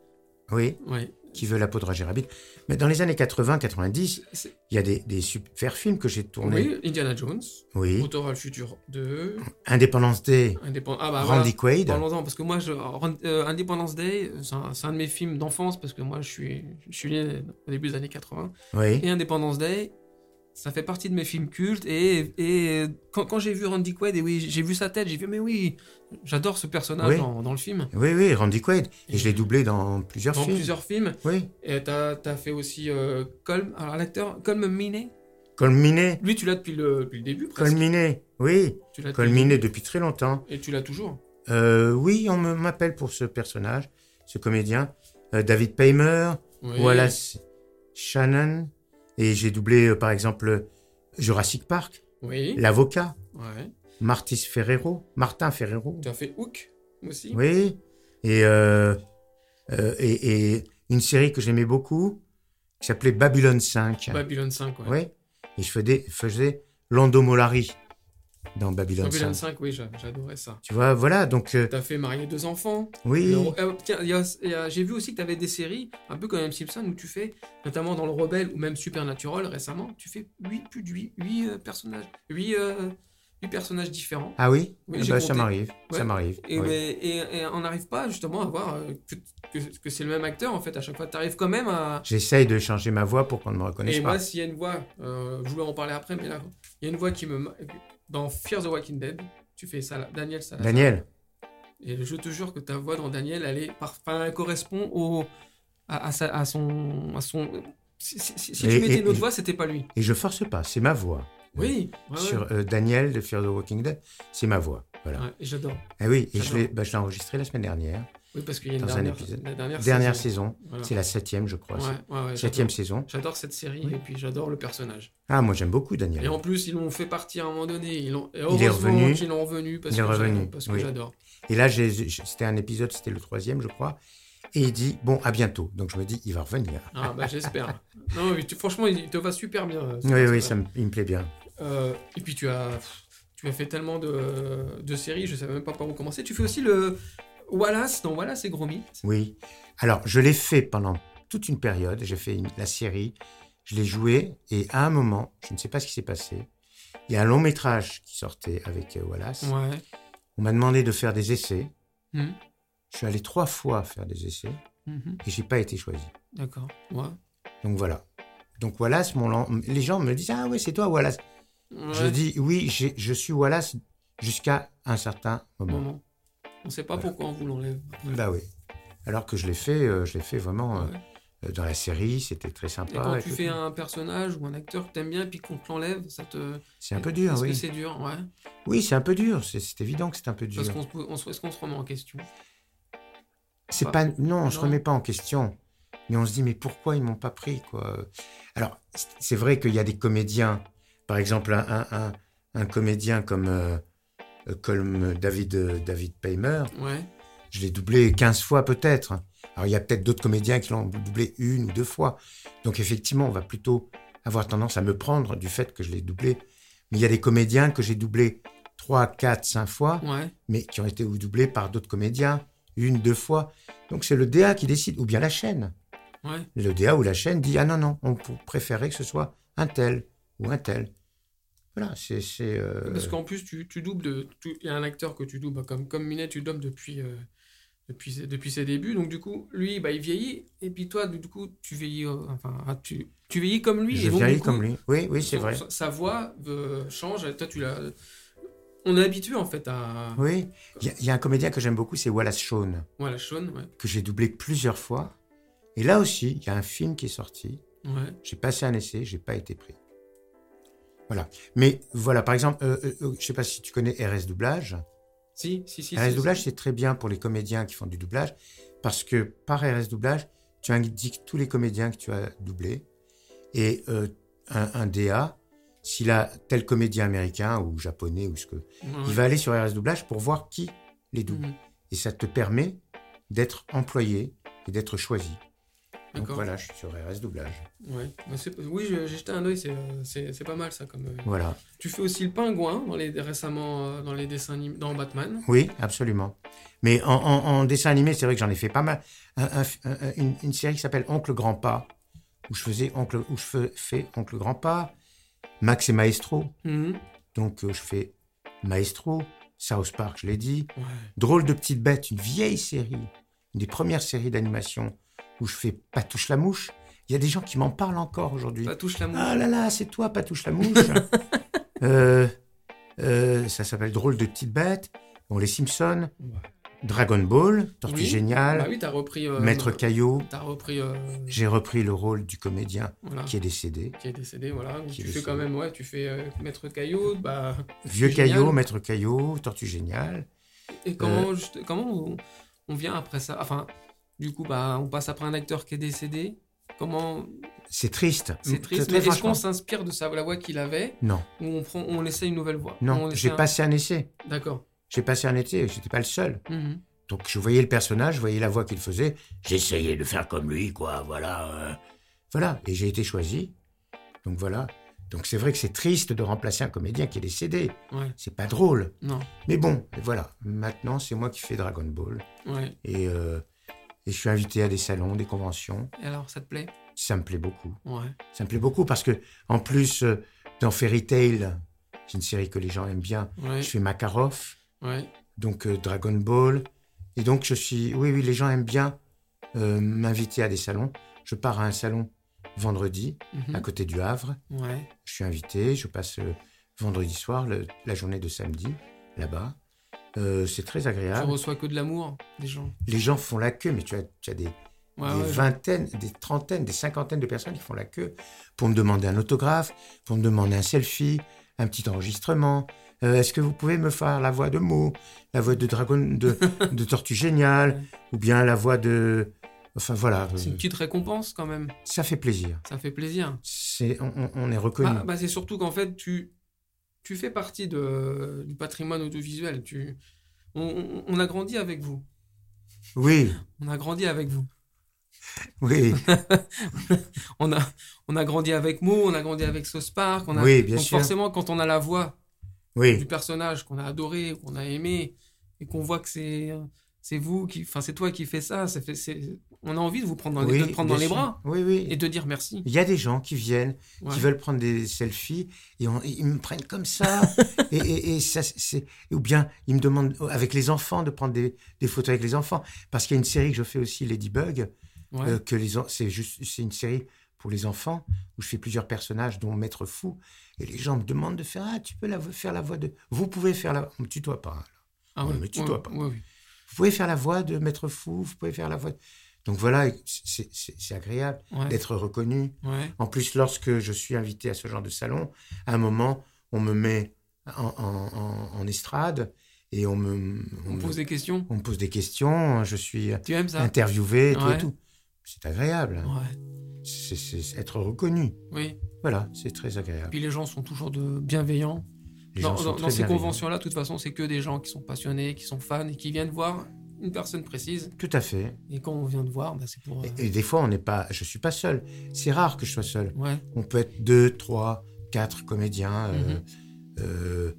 Speaker 2: Oui,
Speaker 4: Ouais.
Speaker 2: qui veut la peau de Roger Rabbit. Mais dans les années 80-90,
Speaker 4: C'est-
Speaker 2: il y a des, des super films que j'ai tournés.
Speaker 4: Oui, Indiana Jones.
Speaker 2: Oui.
Speaker 4: Retour vers le futur 2.
Speaker 2: Indépendance Day,
Speaker 4: Indépend... Ah bah voilà.
Speaker 2: Randy Quaid.
Speaker 4: Parlons-en, parce que moi, je, euh, Independence Day, c'est un, c'est un de mes films d'enfance, parce que moi, je suis, je suis né au début des années 80.
Speaker 2: Oui.
Speaker 4: Et Independence Day, ça fait partie de mes films cultes. Et, et quand, quand j'ai vu Randy Quaid, et oui, j'ai vu sa tête, j'ai vu, mais oui, j'adore ce personnage
Speaker 2: Oui.
Speaker 4: dans, dans le film.
Speaker 2: Oui, oui, Randy Quaid. Et je l'ai doublé dans plusieurs
Speaker 4: Dans
Speaker 2: films.
Speaker 4: plusieurs films.
Speaker 2: Oui.
Speaker 4: Et t'as t'as fait aussi euh, Colm, alors l'acteur Colm Minet.
Speaker 2: Colminé.
Speaker 4: Lui, tu l'as depuis le, depuis le début, presque.
Speaker 2: Colminé. Oui.
Speaker 4: Tu l'as depuis le
Speaker 2: Colminé depuis très longtemps.
Speaker 4: début. Et tu l'as toujours.
Speaker 2: Euh, oui, on me- m'appelle pour ce personnage, ce comédien. Euh, David Paymer,
Speaker 4: Oui.
Speaker 2: Wallace Shannon. Et j'ai doublé, euh, par exemple, Jurassic Park,
Speaker 4: Oui.
Speaker 2: L'Avocat,
Speaker 4: Ouais.
Speaker 2: Martis Ferrero, Martin Ferrero.
Speaker 4: Tu as fait Hook aussi.
Speaker 2: Oui. Et, euh, euh, et, et une série que j'aimais beaucoup, qui s'appelait Babylone 5.
Speaker 4: Babylon 5, ouais.
Speaker 2: Oui. Et je faisais, faisais Lando Molari dans Babylon
Speaker 4: Babylon
Speaker 2: 5.
Speaker 4: 5, oui, j'a- j'adorais ça.
Speaker 2: Tu vois, voilà, donc euh,
Speaker 4: T'as fait marier deux enfants.
Speaker 2: oui,
Speaker 4: Le- euh, tiens, il y a- il y a- j'ai vu aussi que t'avais des séries, un peu comme M. Simpson, où tu fais, notamment dans Le Rebelle ou même Supernatural récemment, tu fais huit plus de 8, personnages. 8, personnages différents.
Speaker 2: ah oui,
Speaker 4: Oui,
Speaker 2: Ah
Speaker 4: j'ai
Speaker 2: bah,
Speaker 4: compté.
Speaker 2: ça m'arrive,
Speaker 4: Ouais.
Speaker 2: ça m'arrive.
Speaker 4: Et,
Speaker 2: oui.
Speaker 4: mais- et- et on n'arrive pas justement à voir euh, que, que- que c'est le même acteur en fait. À chaque fois, t'arrives quand même à.
Speaker 2: J'essaye de changer ma voix pour qu'on ne me reconnaisse
Speaker 4: Et
Speaker 2: pas.
Speaker 4: moi, s'il y a une voix, euh, je voulais en parler après, mais là, il y a une voix qui me. ma- Dans Fear the Walking Dead, tu fais ça, Daniel Salazar.
Speaker 2: Daniel,
Speaker 4: Et je te jure que ta voix dans Daniel, elle est par... enfin, elle correspond au à, à sa- à son à son. Si, si- si- si tu
Speaker 2: Et-
Speaker 4: mettais
Speaker 2: et-
Speaker 4: une autre
Speaker 2: et-
Speaker 4: voix, c'était pas lui.
Speaker 2: et je force pas, c'est ma voix.
Speaker 4: Oui. ouais, ouais.
Speaker 2: Sur euh, Daniel de Fear the Walking Dead, c'est ma voix. Voilà.
Speaker 4: Ouais, et J'adore.
Speaker 2: Ah oui, et
Speaker 4: J'adore.
Speaker 2: je l'ai bah, je l'ai enregistré la semaine dernière.
Speaker 4: Oui, parce qu'il y a une
Speaker 2: Dans un
Speaker 4: dernière,
Speaker 2: épisode.
Speaker 4: la dernière,
Speaker 2: Dernière
Speaker 4: saison.
Speaker 2: saison,
Speaker 4: Voilà.
Speaker 2: c'est la septième, je crois.
Speaker 4: Ouais, ouais, ouais,
Speaker 2: septième
Speaker 4: j'adore-
Speaker 2: saison.
Speaker 4: J'adore cette série et puis j'adore le personnage.
Speaker 2: Ah, moi j'aime beaucoup
Speaker 4: Et
Speaker 2: Daniel.
Speaker 4: en plus, ils l'ont fait partir à un moment donné. Ils l'ont... et
Speaker 2: Il est
Speaker 4: heureusement
Speaker 2: revenu.
Speaker 4: qu'ils l'ont revenu parce
Speaker 2: Il est
Speaker 4: que,
Speaker 2: revenu,
Speaker 4: j'adore, parce que
Speaker 2: oui.
Speaker 4: j'adore.
Speaker 2: Et là, j'ai- j'ai- c'était un épisode, c'était le troisième, je crois. Et il dit, bon, à bientôt. Donc je me dis, il va revenir.
Speaker 4: Ah, bah, j'espère. non, mais tu- franchement, il te va super bien. euh, ce
Speaker 2: Oui, oui,
Speaker 4: personnage.
Speaker 2: ça me, il me plaît bien.
Speaker 4: Euh, et puis tu as, tu as fait tellement de, de séries, je savais même pas par où commencer. Tu fais aussi le Wallace dans Wallace et Gromit.
Speaker 2: Oui. Alors, je l'ai fait pendant toute une période. J'ai fait une- la série, je l'ai joué, et à un moment, je ne sais pas ce qui s'est passé. Il y a un long métrage qui sortait avec euh, Wallace.
Speaker 4: Ouais.
Speaker 2: On m'a demandé de faire des essais.
Speaker 4: Mhm.
Speaker 2: Je suis allé trois fois faire des essais
Speaker 4: Mhm.
Speaker 2: et j'ai pas été choisi.
Speaker 4: D'accord. Ouais.
Speaker 2: Donc voilà. Donc Wallace, mon lan- les gens me disent ah oui c'est toi Wallace.
Speaker 4: Ouais.
Speaker 2: Je dis oui j'ai- je suis Wallace jusqu'à un certain moment.
Speaker 4: Moment. On sait pas
Speaker 2: Voilà.
Speaker 4: pourquoi on vous l'enlève. Ouais.
Speaker 2: Bah oui. Alors que je l'ai fait, euh, je l'ai fait vraiment euh,
Speaker 4: Ouais.
Speaker 2: euh, dans la série, c'était très
Speaker 4: Et quand
Speaker 2: sympa. et
Speaker 4: tu
Speaker 2: tout.
Speaker 4: fais un personnage ou un acteur que t'aimes bien, puis qu'on te l'enlève, ça te.
Speaker 2: C'est un peu dur,
Speaker 4: Est-ce que
Speaker 2: oui.
Speaker 4: c'est dur, ouais.
Speaker 2: Oui, c'est un peu dur. C'est c'est évident que c'est un peu dur.
Speaker 4: Parce qu'on se, pose- on se- est-ce qu'on se remet en question
Speaker 2: C'est
Speaker 4: Ah,
Speaker 2: pas non, on se
Speaker 4: non.
Speaker 2: remet pas en question, mais on se dit mais pourquoi ils m'ont pas pris quoi Alors c- c'est vrai qu'il y a des comédiens, par exemple un, un, un- un comédien comme euh, euh, comme David euh, David Paymer,
Speaker 4: Ouais.
Speaker 2: je l'ai doublé 15 fois peut-être. Alors il y a peut-être d'autres comédiens qui l'ont doublé une ou deux fois. Donc effectivement, on va plutôt avoir tendance à me prendre du fait que je l'ai doublé. Mais il y a des comédiens que j'ai doublé 3, 4, 5 fois
Speaker 4: Ouais.
Speaker 2: mais qui ont été doublés par d'autres comédiens, une, deux fois. Donc c'est le DA qui décide, ou bien la chaîne.
Speaker 4: Ouais.
Speaker 2: Le DA ou la chaîne dit, ah non, non, on pr- préférait que ce soit un tel ou un tel. Voilà, c'est... c'est, euh,
Speaker 4: Parce qu'en plus, tu, tu doubles. de- tu- Il y a un acteur que tu doubles, bah, comme, comme Minet, tu doubles depuis, euh, depuis, ses- depuis ses débuts. Donc, du coup, lui, bah, il vieillit. Et puis, toi, du coup, tu vieillis, euh, enfin, ah, tu, tu vieillis comme lui.
Speaker 2: je
Speaker 4: et donc,
Speaker 2: vieillis
Speaker 4: du coup,
Speaker 2: comme lui. Oui, oui, c'est
Speaker 4: son-
Speaker 2: vrai.
Speaker 4: Sa, sa voix euh, change. Toi, tu l'as. On est habitué, en fait, à.
Speaker 2: Oui, il y a- il y, a un comédien que j'aime beaucoup, c'est Wallace Shawn,
Speaker 4: Voilà, Sean, ouais.
Speaker 2: que j'ai doublé plusieurs fois. Et là aussi, il y a un film qui est sorti.
Speaker 4: Ouais.
Speaker 2: J'ai passé un essai, j'ai pas été pris. Voilà. Mais voilà, par exemple, euh, euh, euh, je sais pas si tu connais RS Doublage.
Speaker 4: Si, si, si.
Speaker 2: RS
Speaker 4: si,
Speaker 2: Doublage, c'est très bien pour les comédiens qui font du doublage, parce que par RS Doublage, tu indiques tous les comédiens que tu as doublés. Et euh, un, un DA, s'il a tel comédien américain ou japonais ou ce que.
Speaker 4: Ouais,
Speaker 2: Il
Speaker 4: ouais.
Speaker 2: va aller sur RS Doublage pour voir qui les double.
Speaker 4: Mhm.
Speaker 2: Et ça te permet d'être employé et d'être choisi. Donc
Speaker 4: D'accord.
Speaker 2: voilà, je suis sur RS Doublage.
Speaker 4: Mm, Ouais. Mais c'est- Oui, je- j'ai jeté un oeil, c'est, euh, c'est c'est pas mal ça comme. euh,
Speaker 2: Voilà.
Speaker 4: Tu fais aussi le pingouin dans les récemment euh, dans les dessins anim- dans Batman.
Speaker 2: Oui, absolument. Mais en, en- en dessin animé, c'est vrai que j'en ai fait pas mal. Un- un- un- une, une série qui s'appelle Oncle Grand Pas, où je faisais Oncle, où je fais, fais Oncle Grand Pas, Max et Maestro.
Speaker 4: Mhm.
Speaker 2: Donc euh, je fais Maestro, South Park, je l'ai dit.
Speaker 4: Ouais.
Speaker 2: Drôle de petite bête, une vieille série, une des premières séries d'animation où je fais Patouche la mouche. Il y a des gens qui m'en parlent encore aujourd'hui.
Speaker 4: Ça touche la mouche.
Speaker 2: Ah là là, c'est toi, Patouche la mouche. Euh, euh, ça s'appelle Drôle de petite bête. Bon, les Simpsons,
Speaker 4: Ouais.
Speaker 2: Dragon Ball, Tortue
Speaker 4: Oui.
Speaker 2: Géniale,
Speaker 4: Bah oui, t'as repris. euh,
Speaker 2: Ah Maître Caillot.
Speaker 4: T'as repris. euh,
Speaker 2: J'ai repris le rôle du comédien
Speaker 4: voilà.
Speaker 2: qui est décédé.
Speaker 4: Qui est décédé, voilà. Donc
Speaker 2: Qui est
Speaker 4: tu fais
Speaker 2: décédé.
Speaker 4: quand même, ouais, tu fais euh, Maître Caillot, bah.
Speaker 2: Vieux
Speaker 4: Génial.
Speaker 2: Caillot, Maître Caillot, Tortue Géniale. Euh.
Speaker 4: Et comment, juste- comment on, on vient après ça Enfin, du coup, bah, on passe après un acteur qui est décédé. Comment
Speaker 2: C'est triste.
Speaker 4: C'est
Speaker 2: Très-
Speaker 4: triste.
Speaker 2: très
Speaker 4: Mais est-ce
Speaker 2: franchement.
Speaker 4: qu'on s'inspire de sa la voix qu'il avait
Speaker 2: Non,
Speaker 4: ou on prend, on essaie une nouvelle voix On
Speaker 2: non,
Speaker 4: essaie
Speaker 2: j'ai
Speaker 4: un-
Speaker 2: passé un essai.
Speaker 4: D'accord.
Speaker 2: J'ai passé un essai, j'étais pas le seul.
Speaker 4: Mhm.
Speaker 2: Donc je voyais le personnage, je voyais la voix qu'il faisait.
Speaker 5: J'essayais de faire comme lui, quoi, voilà. euh.
Speaker 2: Voilà, et j'ai été choisi. Donc voilà. Donc c'est vrai que c'est triste de remplacer un comédien qui est décédé.
Speaker 4: Ouais.
Speaker 2: C'est pas drôle.
Speaker 4: Non.
Speaker 2: Mais bon, voilà. Maintenant, c'est moi qui fais Dragon Ball.
Speaker 4: Ouais.
Speaker 2: Et, euh, et je suis invité à des salons, des conventions.
Speaker 4: Et alors, ça te plaît
Speaker 2: Ça me plaît beaucoup.
Speaker 4: Ouais.
Speaker 2: Ça me plaît beaucoup parce que, en plus, euh, dans Fairy Tail, c'est une série que les gens aiment bien,
Speaker 4: Ouais.
Speaker 2: je fais Makarov,
Speaker 4: Ouais.
Speaker 2: donc euh, Dragon Ball. Et donc, je suis. Oui, oui, les gens aiment bien euh, m'inviter à des salons. Je pars à un salon vendredi,
Speaker 4: Mhm.
Speaker 2: à côté du Havre.
Speaker 4: Ouais.
Speaker 2: Je suis invité, je passe euh, vendredi soir, le- la journée de samedi, là-bas. Euh, c'est très
Speaker 4: Tu
Speaker 2: agréable.
Speaker 4: reçois que de l'amour des gens.
Speaker 2: Les gens font la queue, mais tu as, tu as des,
Speaker 4: Ouais,
Speaker 2: des
Speaker 4: ouais,
Speaker 2: vingtaines, des trentaines, des cinquantaines de personnes qui font la queue pour me demander un autographe, pour me demander un selfie, un petit enregistrement, Euh, Est-ce que vous pouvez me faire la voix de Mo, la voix de Dragon, de, de Tortue Géniale, ou bien la voix de. Enfin voilà,
Speaker 4: Ah, C'est une
Speaker 2: euh,
Speaker 4: petite récompense quand même.
Speaker 2: ça fait plaisir.
Speaker 4: Ça fait plaisir.
Speaker 2: C'est, on, on- on est reconnu.
Speaker 4: Bah, bah, c'est surtout qu'en fait, tu, tu fais partie de, du patrimoine audiovisuel. Tu, on, on- on a grandi avec vous.
Speaker 2: Oui,
Speaker 4: On a grandi avec vous.
Speaker 2: oui,
Speaker 4: On a, on a grandi avec Mo, on a grandi avec Sauce Park. On a,
Speaker 2: Oui, bien
Speaker 4: donc
Speaker 2: sûr.
Speaker 4: Forcément, quand on a la voix du
Speaker 2: oui,
Speaker 4: personnage qu'on a adoré, qu'on a aimé, et qu'on voit que c'est c'est vous qui, enfin c'est toi qui fais ça, ça fait- c'est- on a envie de vous prendre dans,
Speaker 2: oui,
Speaker 4: les, de te prendre
Speaker 2: bien
Speaker 4: dans les
Speaker 2: sûr.
Speaker 4: bras
Speaker 2: Oui, oui.
Speaker 4: et de dire merci.
Speaker 2: Il y a des gens qui viennent,
Speaker 4: Ouais.
Speaker 2: qui veulent prendre des selfies, et on- ils me prennent comme ça. et, et- et ça c'est, ou bien ils me demandent avec les enfants de prendre des, des photos avec les enfants. Parce qu'il y a une série que je fais aussi, Ladybug,
Speaker 4: Ouais.
Speaker 2: euh, que les en- c'est juste c'est une série pour les enfants où je fais plusieurs personnages dont Maître Fou et les gens me demandent de faire ah tu peux la vo- faire la voix de vous pouvez faire la on me tutoie pas hein, là.
Speaker 4: Ah
Speaker 2: ouais, mais tu dois pas.
Speaker 4: ouais, ouais.
Speaker 2: vous pouvez faire la voix de Maître Fou vous pouvez faire la voix de... donc voilà et c'est- c'est c'est agréable
Speaker 4: Ouais.
Speaker 2: d'être reconnu
Speaker 4: Ouais.
Speaker 2: en plus lorsque je suis invité à ce genre de salon à un moment on me met en, en- en- en estrade et on me on,
Speaker 4: On
Speaker 2: me-
Speaker 4: pose des questions.
Speaker 2: on me pose des questions hein, je suis
Speaker 4: Tu aimes ça
Speaker 2: interviewé et tout, et
Speaker 4: Ouais.
Speaker 2: tout. c'est agréable hein.
Speaker 4: Ouais.
Speaker 2: c'est c'est être reconnu
Speaker 4: Oui.
Speaker 2: Voilà, c'est très agréable.
Speaker 4: Puis les gens sont toujours de bienveillants.
Speaker 2: Ah Les
Speaker 4: dans
Speaker 2: gens sont
Speaker 4: dans-
Speaker 2: très
Speaker 4: dans ces
Speaker 2: bienveillants.
Speaker 4: conventions-là, de toute façon, c'est que des gens qui sont passionnés, qui sont fans et qui viennent voir une personne précise.
Speaker 2: Tout à fait.
Speaker 4: Et quand on vient de voir, bah, c'est pour. euh,
Speaker 2: Et, et des fois, on n'est pas, je suis pas seul. C'est rare que je sois seul.
Speaker 4: Ouais.
Speaker 2: On peut être deux, trois, quatre comédiens. euh,
Speaker 4: Mhm.
Speaker 2: euh,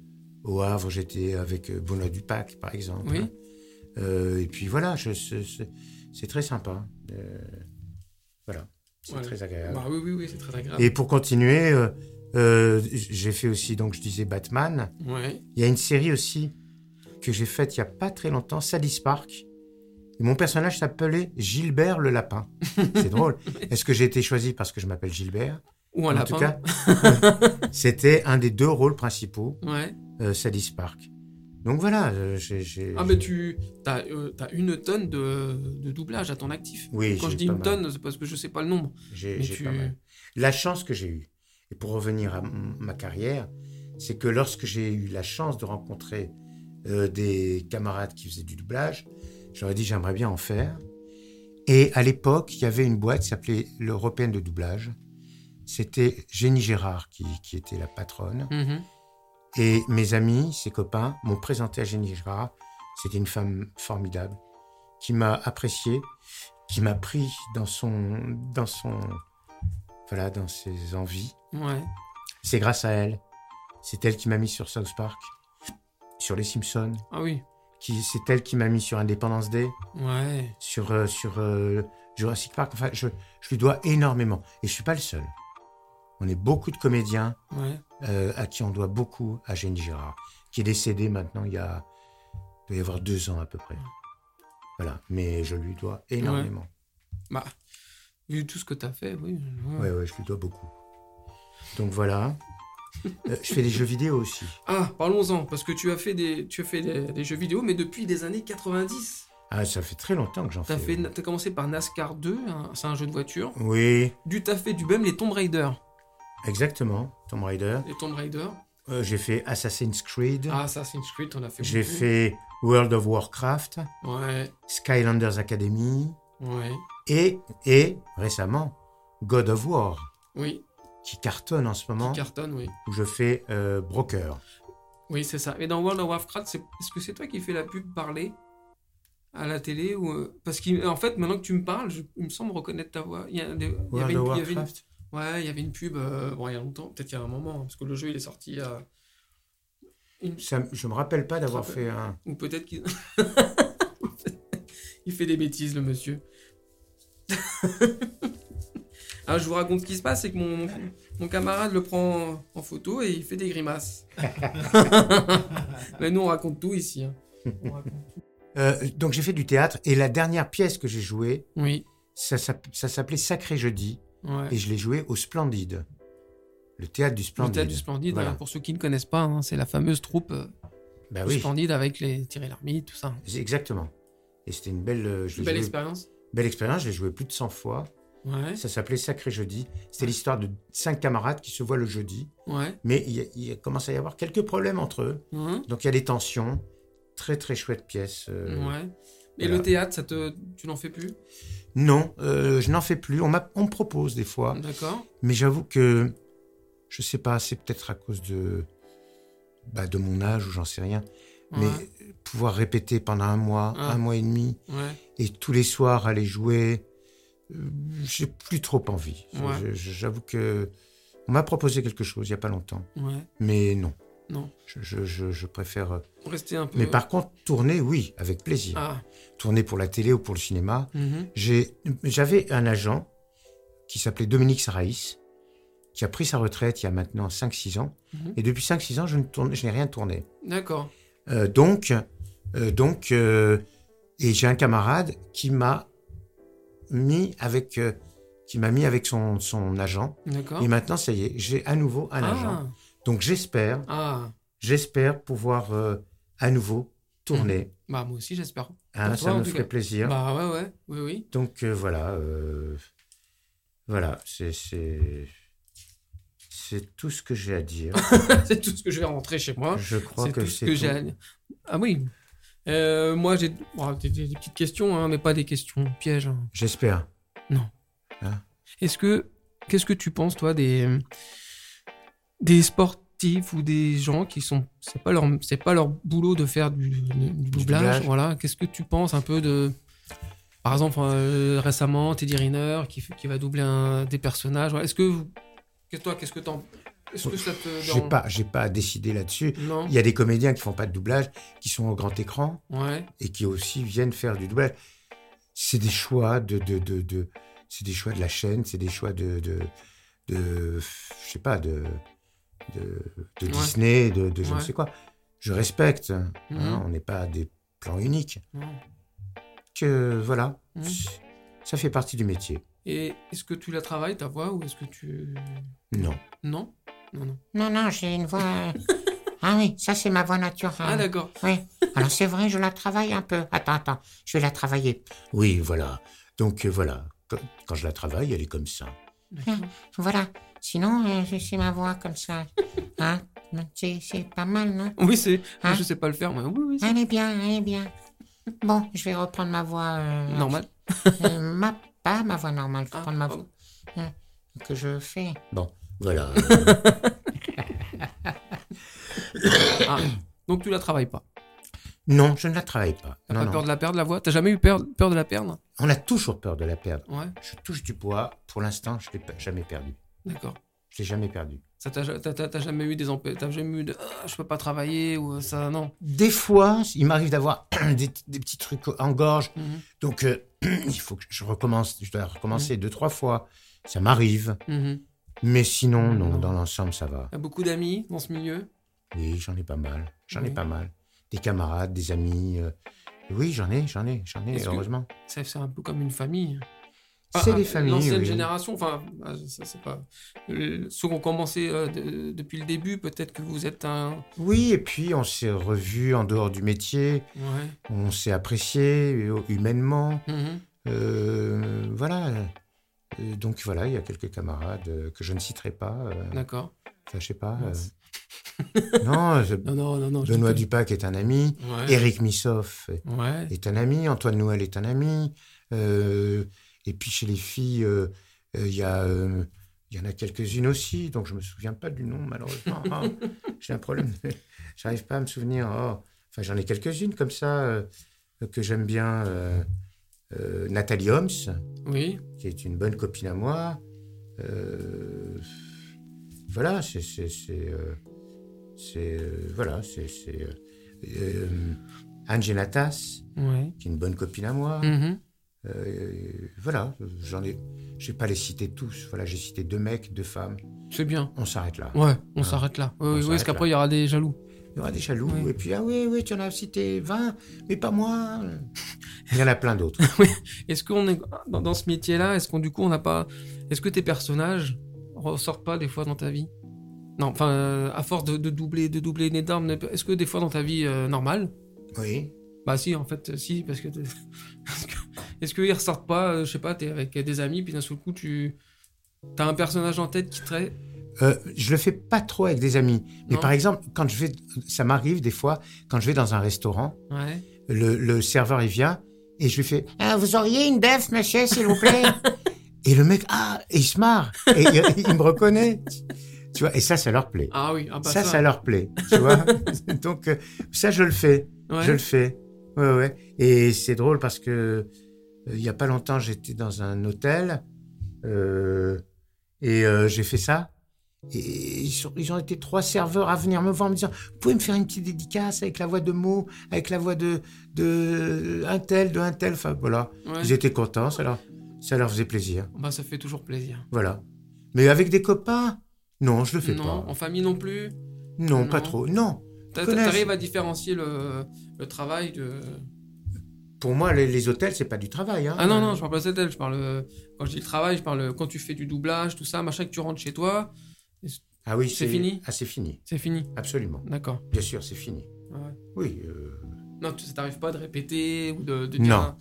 Speaker 2: au Havre, j'étais avec euh, Benoît Dupac, par exemple. hein.
Speaker 4: Oui.
Speaker 2: Euh, et puis voilà, je- c'est- c'est c'est très sympa. Euh, voilà, c'est
Speaker 4: Voilà.
Speaker 2: très agréable.
Speaker 4: Bah oui, oui, oui, c'est très agréable.
Speaker 2: Ah Et pour continuer, euh, euh, j'ai fait aussi, donc je disais Batman.
Speaker 4: Ouais.
Speaker 2: Il y a une série aussi que j'ai faite il n'y a pas très longtemps, Sadie Park. Et mon personnage s'appelait Gilbert le Lapin. C'est drôle. Est-ce que j'ai été choisi parce que je m'appelle Gilbert
Speaker 4: Ou un
Speaker 2: En
Speaker 4: lapin.
Speaker 2: tout cas, c'était un des deux rôles principaux,
Speaker 4: Ouais.
Speaker 2: euh, Sadie Park. Donc voilà, euh, j'ai... j'ai-
Speaker 4: Ah, mais tu as, une tonne de, de doublage à ton actif.
Speaker 2: Oui,
Speaker 4: Quand
Speaker 2: j'ai
Speaker 4: je dis
Speaker 2: pas
Speaker 4: une
Speaker 2: mal.
Speaker 4: tonne, c'est parce que je sais pas le nombre.
Speaker 2: J'ai
Speaker 4: Mais
Speaker 2: j'ai
Speaker 4: tu-
Speaker 2: pas mal. La chance que j'ai eue, et pour revenir à m- ma carrière, c'est que lorsque j'ai eu la chance de rencontrer euh, des camarades qui faisaient du doublage, j'aurais dit j'aimerais bien en faire. Et à l'époque, il y avait une boîte qui s'appelait l'Européenne de doublage. C'était Jenny Gérard qui, qui était la patronne.
Speaker 4: Mhm.
Speaker 2: Et mes amis, ses copains, m'ont présenté à Jenny Gérard. C'était une femme formidable qui m'a apprécié, qui m'a pris dans son, dans son, voilà, dans ses envies.
Speaker 4: Ouais.
Speaker 2: C'est grâce à elle. C'est elle qui m'a mis sur South Park, sur Les Simpsons.
Speaker 4: Ah oui.
Speaker 2: Qui, c'est elle qui m'a mis sur Independence Day,
Speaker 4: Ouais.
Speaker 2: sur, euh, sur euh, Jurassic Park. Enfin, je, je lui dois énormément. Et je suis pas le seul. On est beaucoup de comédiens
Speaker 4: Ouais.
Speaker 2: euh, à qui on doit beaucoup à Jenny Gérard, qui est décédée maintenant il y a, il doit y avoir deux ans à peu près. Voilà, mais je lui dois énormément.
Speaker 4: Bah, vu tout ce que t'as fait, oui. ouais.
Speaker 2: Ouais, ouais, je lui dois beaucoup. Donc voilà. Euh, je fais des jeux vidéo aussi.
Speaker 4: Ah, parlons-en, parce que tu as fait des, tu as fait des, des jeux vidéo, mais depuis les années 90.
Speaker 2: Ah, ça fait très longtemps que j'en
Speaker 4: T'as
Speaker 2: fais.
Speaker 4: fait, t'as commencé par NASCAR 2, hein, c'est un jeu de voiture.
Speaker 2: Oui,
Speaker 4: Du t'as fait du même les Tomb Raider.
Speaker 2: exactement. Tomb Raider.
Speaker 4: Les Tomb Raider.
Speaker 2: Euh, j'ai fait Assassin's Creed.
Speaker 4: Ah, Assassin's Creed, on a fait.
Speaker 2: j'ai
Speaker 4: beaucoup.
Speaker 2: fait World of Warcraft,
Speaker 4: Ouais.
Speaker 2: Skylanders Academy
Speaker 4: Ouais.
Speaker 2: et, et récemment God of War,
Speaker 4: Oui.
Speaker 2: qui cartonne en ce moment.
Speaker 4: Qui cartonne, oui.
Speaker 2: où je fais euh, broker.
Speaker 4: Oui, c'est ça. Et dans World of Warcraft, c'est- est-ce que c'est toi qui fais la pub parler à la télé ou euh, parce qu'en fait, maintenant que tu me parles, je- il me semble reconnaître ta voix. Il y, a des- il y
Speaker 2: World
Speaker 4: avait une,
Speaker 2: of
Speaker 4: il y avait une-
Speaker 2: Warcraft.
Speaker 4: ouais, il y avait une pub. euh, bon, il y a longtemps, peut-être il y a un moment, hein, parce que le jeu il est sorti. il y a-
Speaker 2: Ça- je me rappelle pas d'avoir
Speaker 4: Rappel.
Speaker 2: fait un.
Speaker 4: Ou peut-être qu'il il fait des bêtises, le monsieur. Ah, je vous raconte ce qui se passe, c'est que mon, mon camarade le prend en photo et il fait des grimaces. Mais nous, on raconte tout ici. hein. On raconte
Speaker 2: Euh, donc j'ai fait du théâtre et la dernière pièce que j'ai jouée,
Speaker 4: Oui,
Speaker 2: ça, s'app- ça s'appelait Sacré Jeudi
Speaker 4: ouais.
Speaker 2: et je l'ai jouée au Splendide, le théâtre du
Speaker 4: Le
Speaker 2: Splendide.
Speaker 4: théâtre du Splendide,
Speaker 2: Voilà.
Speaker 4: hein, pour ceux qui ne connaissent pas, hein, c'est la fameuse troupe euh,
Speaker 2: Bah
Speaker 4: du
Speaker 2: oui,
Speaker 4: Splendide avec les Thierry Lhermitte, tout ça.
Speaker 2: c'est- exactement. Et c'était une belle, euh, je l'ai
Speaker 4: Belle
Speaker 2: joué-
Speaker 4: expérience.
Speaker 2: belle expérience. Je l'ai joué plus de 100 fois.
Speaker 4: Ouais.
Speaker 2: Ça s'appelait Sacré Jeudi. C'était l'histoire de cinq camarades qui se voient le jeudi.
Speaker 4: Ouais.
Speaker 2: Mais il, y a- il commence à y avoir quelques problèmes entre eux.
Speaker 4: hein,
Speaker 2: Donc il y a des tensions. Très très chouette pièce. euh,
Speaker 4: ouais. Et
Speaker 2: voilà.
Speaker 4: le théâtre, ça te, tu n'en fais plus
Speaker 2: Non, euh, je n'en fais plus. On, m'a- on me propose des fois.
Speaker 4: D'accord.
Speaker 2: Mais j'avoue que, je sais pas, c'est peut-être à cause de, bah, de mon âge ou j'en sais rien.
Speaker 4: Ouais.
Speaker 2: Mais pouvoir répéter pendant un mois,
Speaker 4: Ah.
Speaker 2: un mois et demi,
Speaker 4: Ouais.
Speaker 2: et tous les soirs aller jouer, euh, j'ai plus trop envie. Je-
Speaker 4: Ouais.
Speaker 2: je- je- J'avoue que on m'a proposé quelque chose il y a pas longtemps,
Speaker 4: Ouais.
Speaker 2: mais non.
Speaker 4: Non.
Speaker 2: Je, je- je- je préfère. euh,
Speaker 4: Rester un peu.
Speaker 2: Mais par contre, tourner, oui, avec plaisir.
Speaker 4: Ah.
Speaker 2: Tourner pour la télé ou pour le cinéma,
Speaker 4: mhm,
Speaker 2: j'ai- J'avais un agent qui s'appelait Dominique Saraïs, qui a pris sa retraite il y a maintenant 5-6 ans.
Speaker 4: Mhm.
Speaker 2: Et depuis 5-6 ans, je, ne tourne- je n'ai rien tourné.
Speaker 4: D'accord.
Speaker 2: Euh, donc, euh, donc euh, et j'ai un camarade qui m'a mis avec, euh, qui m'a mis avec son, son agent.
Speaker 4: D'accord.
Speaker 2: Et maintenant, ça y est, j'ai à nouveau un agent.
Speaker 4: Ah.
Speaker 2: Donc j'espère,
Speaker 4: Ah.
Speaker 2: j'espère pouvoir euh, à nouveau tourner.
Speaker 4: Bah, moi aussi, j'espère.
Speaker 2: Hein,
Speaker 4: Pour
Speaker 2: ça
Speaker 4: toi, en
Speaker 2: me
Speaker 4: tout
Speaker 2: ferait
Speaker 4: cas.
Speaker 2: plaisir.
Speaker 4: Bah, ouais, ouais. Oui, oui.
Speaker 2: Donc euh, voilà, euh, voilà, c'est c'est c'est tout ce que j'ai à dire.
Speaker 4: c'est tout ce que je vais rentrer chez moi.
Speaker 2: Je crois
Speaker 4: C'est
Speaker 2: que
Speaker 4: tout ce que
Speaker 2: c'est
Speaker 4: j'ai à
Speaker 2: tout.
Speaker 4: dire. Ah oui. Euh, moi, j'ai oh, des, des- des petites questions, hein, mais pas des questions pièges. hein.
Speaker 2: J'espère.
Speaker 4: Est-ce que qu'est-ce que tu penses toi des des sportifs ou des gens qui sont c'est pas leur c'est pas leur boulot de faire du, du doublage,
Speaker 2: doublage.
Speaker 4: voilà qu'est-ce que tu penses un peu de par exemple euh, récemment Teddy Riner qui fait- qui va doubler un, des personnages voilà. est-ce que vous- que toi qu'est-ce que t'en est-ce que ça te
Speaker 2: J'ai
Speaker 4: dérange
Speaker 2: pas j'ai pas à décider là-dessus.
Speaker 4: non
Speaker 2: Il y a des comédiens qui font pas de doublage, qui sont au grand écran
Speaker 4: ouais
Speaker 2: et qui aussi viennent faire du doublage. C'est des choix de de, de, de- c'est des choix de la chaîne, c'est des choix de de, de- je sais pas de de, de
Speaker 4: Ouais.
Speaker 2: Disney, de, de je ne
Speaker 4: Ouais.
Speaker 2: sais quoi. Je respecte. hein,
Speaker 4: Mhm.
Speaker 2: on n'est pas à des plans uniques.
Speaker 4: non.
Speaker 2: que voilà,
Speaker 4: Mhm.
Speaker 2: ça fait partie du métier.
Speaker 4: et est-ce que tu la travailles ta voix ou est-ce que tu
Speaker 2: Non.
Speaker 4: non non non
Speaker 6: Non, non, j'ai une voix. euh, Ah oui, ça c'est ma voix
Speaker 4: ah
Speaker 6: naturelle.
Speaker 4: d'accord
Speaker 6: oui. Alors c'est vrai, je la travaille un peu. Attends, attends, je vais la travailler.
Speaker 2: Oui, voilà. Donc euh, voilà, quand, quand je la travaille, elle est comme ça.
Speaker 4: D'accord.
Speaker 6: Voilà. Sinon, euh, je- c'est ma voix comme ça. Hein C'est c'est pas mal, non
Speaker 4: oui c'est
Speaker 6: Hein
Speaker 4: je sais pas le faire mais oui oui c'est
Speaker 6: Elle est bien, elle est bien. Bon, je vais reprendre ma voix. euh,
Speaker 4: normal
Speaker 6: euh, ma, pas ma voix normale, je vais
Speaker 4: Ah,
Speaker 6: reprendre ma voix
Speaker 4: pardon.
Speaker 6: que je fais.
Speaker 5: Voilà.
Speaker 4: Ah, donc tu la travailles pas.
Speaker 2: Non, je ne la travaille pas.
Speaker 4: T'as
Speaker 2: Non,
Speaker 4: pas
Speaker 2: non.
Speaker 4: peur de la perdre, la voix T'as jamais eu peur, peur de la perdre
Speaker 2: On a toujours peur de la perdre.
Speaker 4: Ouais,
Speaker 2: Je touche du bois. Pour l'instant, je ne l'ai pas- jamais perdu.
Speaker 4: d'accord.
Speaker 2: Je l'ai jamais perdu.
Speaker 4: Ça t'a, t'as, t'as- t'as jamais eu des empê- T'as jamais eu de Ah, je peux pas travailler ou euh, ça Non.
Speaker 2: Des fois, il m'arrive d'avoir des, des petits trucs en gorge.
Speaker 4: Mhm,
Speaker 2: Donc, euh, il faut que je recommence. Je dois recommencer
Speaker 4: Mmh.
Speaker 2: deux, trois fois. Ça m'arrive.
Speaker 4: mhm.
Speaker 2: Mais sinon, non,
Speaker 4: Non.
Speaker 2: dans l'ensemble, ça va.
Speaker 4: T'as beaucoup d'amis dans ce milieu
Speaker 2: Oui, j'en ai pas mal. J'en ai
Speaker 4: Oui.
Speaker 2: pas mal. Des camarades, des amis. euh, Oui, j'en ai, j'en ai, j'en ai,
Speaker 4: Est-ce que-
Speaker 2: heureusement.
Speaker 4: c'est, c'est un peu comme une famille. Pas
Speaker 2: C'est
Speaker 4: un-
Speaker 2: des familles.
Speaker 4: L'ancienne
Speaker 2: oui.
Speaker 4: génération, enfin, ah, ça, c'est pas. euh, Ceux qui ont commencé euh, de- depuis le début, peut-être que vous êtes un.
Speaker 2: Oui, et puis on s'est revus en dehors du métier,
Speaker 4: Ouais.
Speaker 2: on s'est appréciés euh, humainement.
Speaker 4: mhm.
Speaker 2: euh, voilà. Euh, Donc voilà, il y a quelques camarades euh, que je ne citerai pas. euh,
Speaker 4: D'accord.
Speaker 2: enfin, je sais pas.
Speaker 4: Mince.
Speaker 2: euh, non, euh,
Speaker 4: Non, non, non, non. je
Speaker 2: Benoît
Speaker 4: dis
Speaker 2: Dupac est un ami.
Speaker 4: pas. Ouais.
Speaker 2: Éric Missoff
Speaker 4: Ouais.
Speaker 2: est un ami, Antoine Noël est un ami. euh, et puis chez les filles, euh, euh, il y a, euh, il y en a quelques-unes aussi, donc je me souviens pas du nom malheureusement. Ah, J'ai un problème, j'arrive pas à me souvenir. Oh. Enfin, j'en ai quelques-unes comme ça euh, que j'aime bien. euh, euh, Nathalie Holmes,
Speaker 4: Oui.
Speaker 2: qui est une bonne copine à moi. Euh, voilà, c'est c'est c'est euh, c'est, euh, voilà c'est c'est euh, euh, Anne Genatas
Speaker 4: Ouais.
Speaker 2: qui est une bonne copine à moi.
Speaker 4: Mhm.
Speaker 2: Euh, voilà, j'en ai. Je vais pas les citer tous. Voilà, j'ai cité deux mecs, deux femmes.
Speaker 4: C'est bien.
Speaker 2: On s'arrête là.
Speaker 4: Ouais, on
Speaker 2: Ah.
Speaker 4: s'arrête là. Oui,
Speaker 2: On
Speaker 4: oui, oui, parce
Speaker 2: s'arrête
Speaker 4: qu'après, il y aura des jaloux.
Speaker 2: Il y aura des jaloux.
Speaker 4: Oui.
Speaker 2: Et puis, ah oui, oui, tu en as cité 20, mais pas moi. Il y en a plein d'autres.
Speaker 4: Est-ce qu'on est dans, dans ce métier-là Est-ce qu'on, du coup, on n'a pas. Est-ce que tes personnages ressortent pas des fois dans ta vie Non, enfin, euh, à force de, de doubler, de doubler énorme. Est-ce que des fois dans ta vie euh, normale
Speaker 2: Oui.
Speaker 4: Bah, si, en fait, euh, si, parce que. t'es- parce que Est-ce qu'ils ressortent pas, euh, je sais pas, t'es avec des amis, puis d'un seul coup, tu. T'as un personnage en tête qui traite.
Speaker 2: Euh, je le fais pas trop avec des amis. Mais
Speaker 4: Non.
Speaker 2: par exemple, quand je vais, ça m'arrive des fois, quand je vais dans un restaurant,
Speaker 4: Ouais.
Speaker 2: le, le serveur il vient et je lui fais Ah,
Speaker 6: Euh, vous auriez une bœuf, monsieur, s'il vous plaît
Speaker 2: et le mec ah et il se marre et il, il me reconnaît, tu vois. Et ça, ça leur plaît.
Speaker 4: Ah oui, ah bah
Speaker 2: ça, ça, leur plaît, tu vois. Donc euh, ça, je le fais,
Speaker 4: Ouais.
Speaker 2: je le fais. Ouais, ouais. Et c'est drôle parce que euh, il y a pas longtemps, j'étais dans un hôtel euh, et euh, j'ai fait ça. Et ils, sont- ils ont été trois serveurs à venir me voir en me disant Vous pouvez me faire une petite dédicace avec la voix de Mo, avec la voix de, de un tel, de un tel. Enfin, voilà.
Speaker 4: Ouais.
Speaker 2: Ils étaient contents, ça leur, ça leur faisait plaisir.
Speaker 4: Bah, ça fait toujours plaisir.
Speaker 2: Voilà. Mais avec des copains, non, je le fais
Speaker 4: non,
Speaker 2: pas.
Speaker 4: en famille non plus.
Speaker 2: Non,
Speaker 4: non.
Speaker 2: pas trop. Non.
Speaker 4: T'a-
Speaker 2: Connais-
Speaker 4: T'arrives à différencier le, le travail de.
Speaker 2: Pour moi, les, les hôtels, c'est pas du travail. Hein.
Speaker 4: Ah non, non, je parle pas de cet elle, je parle. euh, Quand je dis le travail, je parle euh, quand tu fais du doublage, tout ça, machin, que tu rentres chez toi,
Speaker 2: Ah oui,
Speaker 4: C'est fini
Speaker 2: Ah, c'est fini,
Speaker 4: c'est fini.
Speaker 2: absolument.
Speaker 4: D'accord.
Speaker 2: Bien sûr, c'est fini.
Speaker 4: Ouais.
Speaker 2: Oui. euh,
Speaker 4: Non, tu, ça t'arrive pas de répéter ou de, de dire.
Speaker 2: Non.
Speaker 4: un-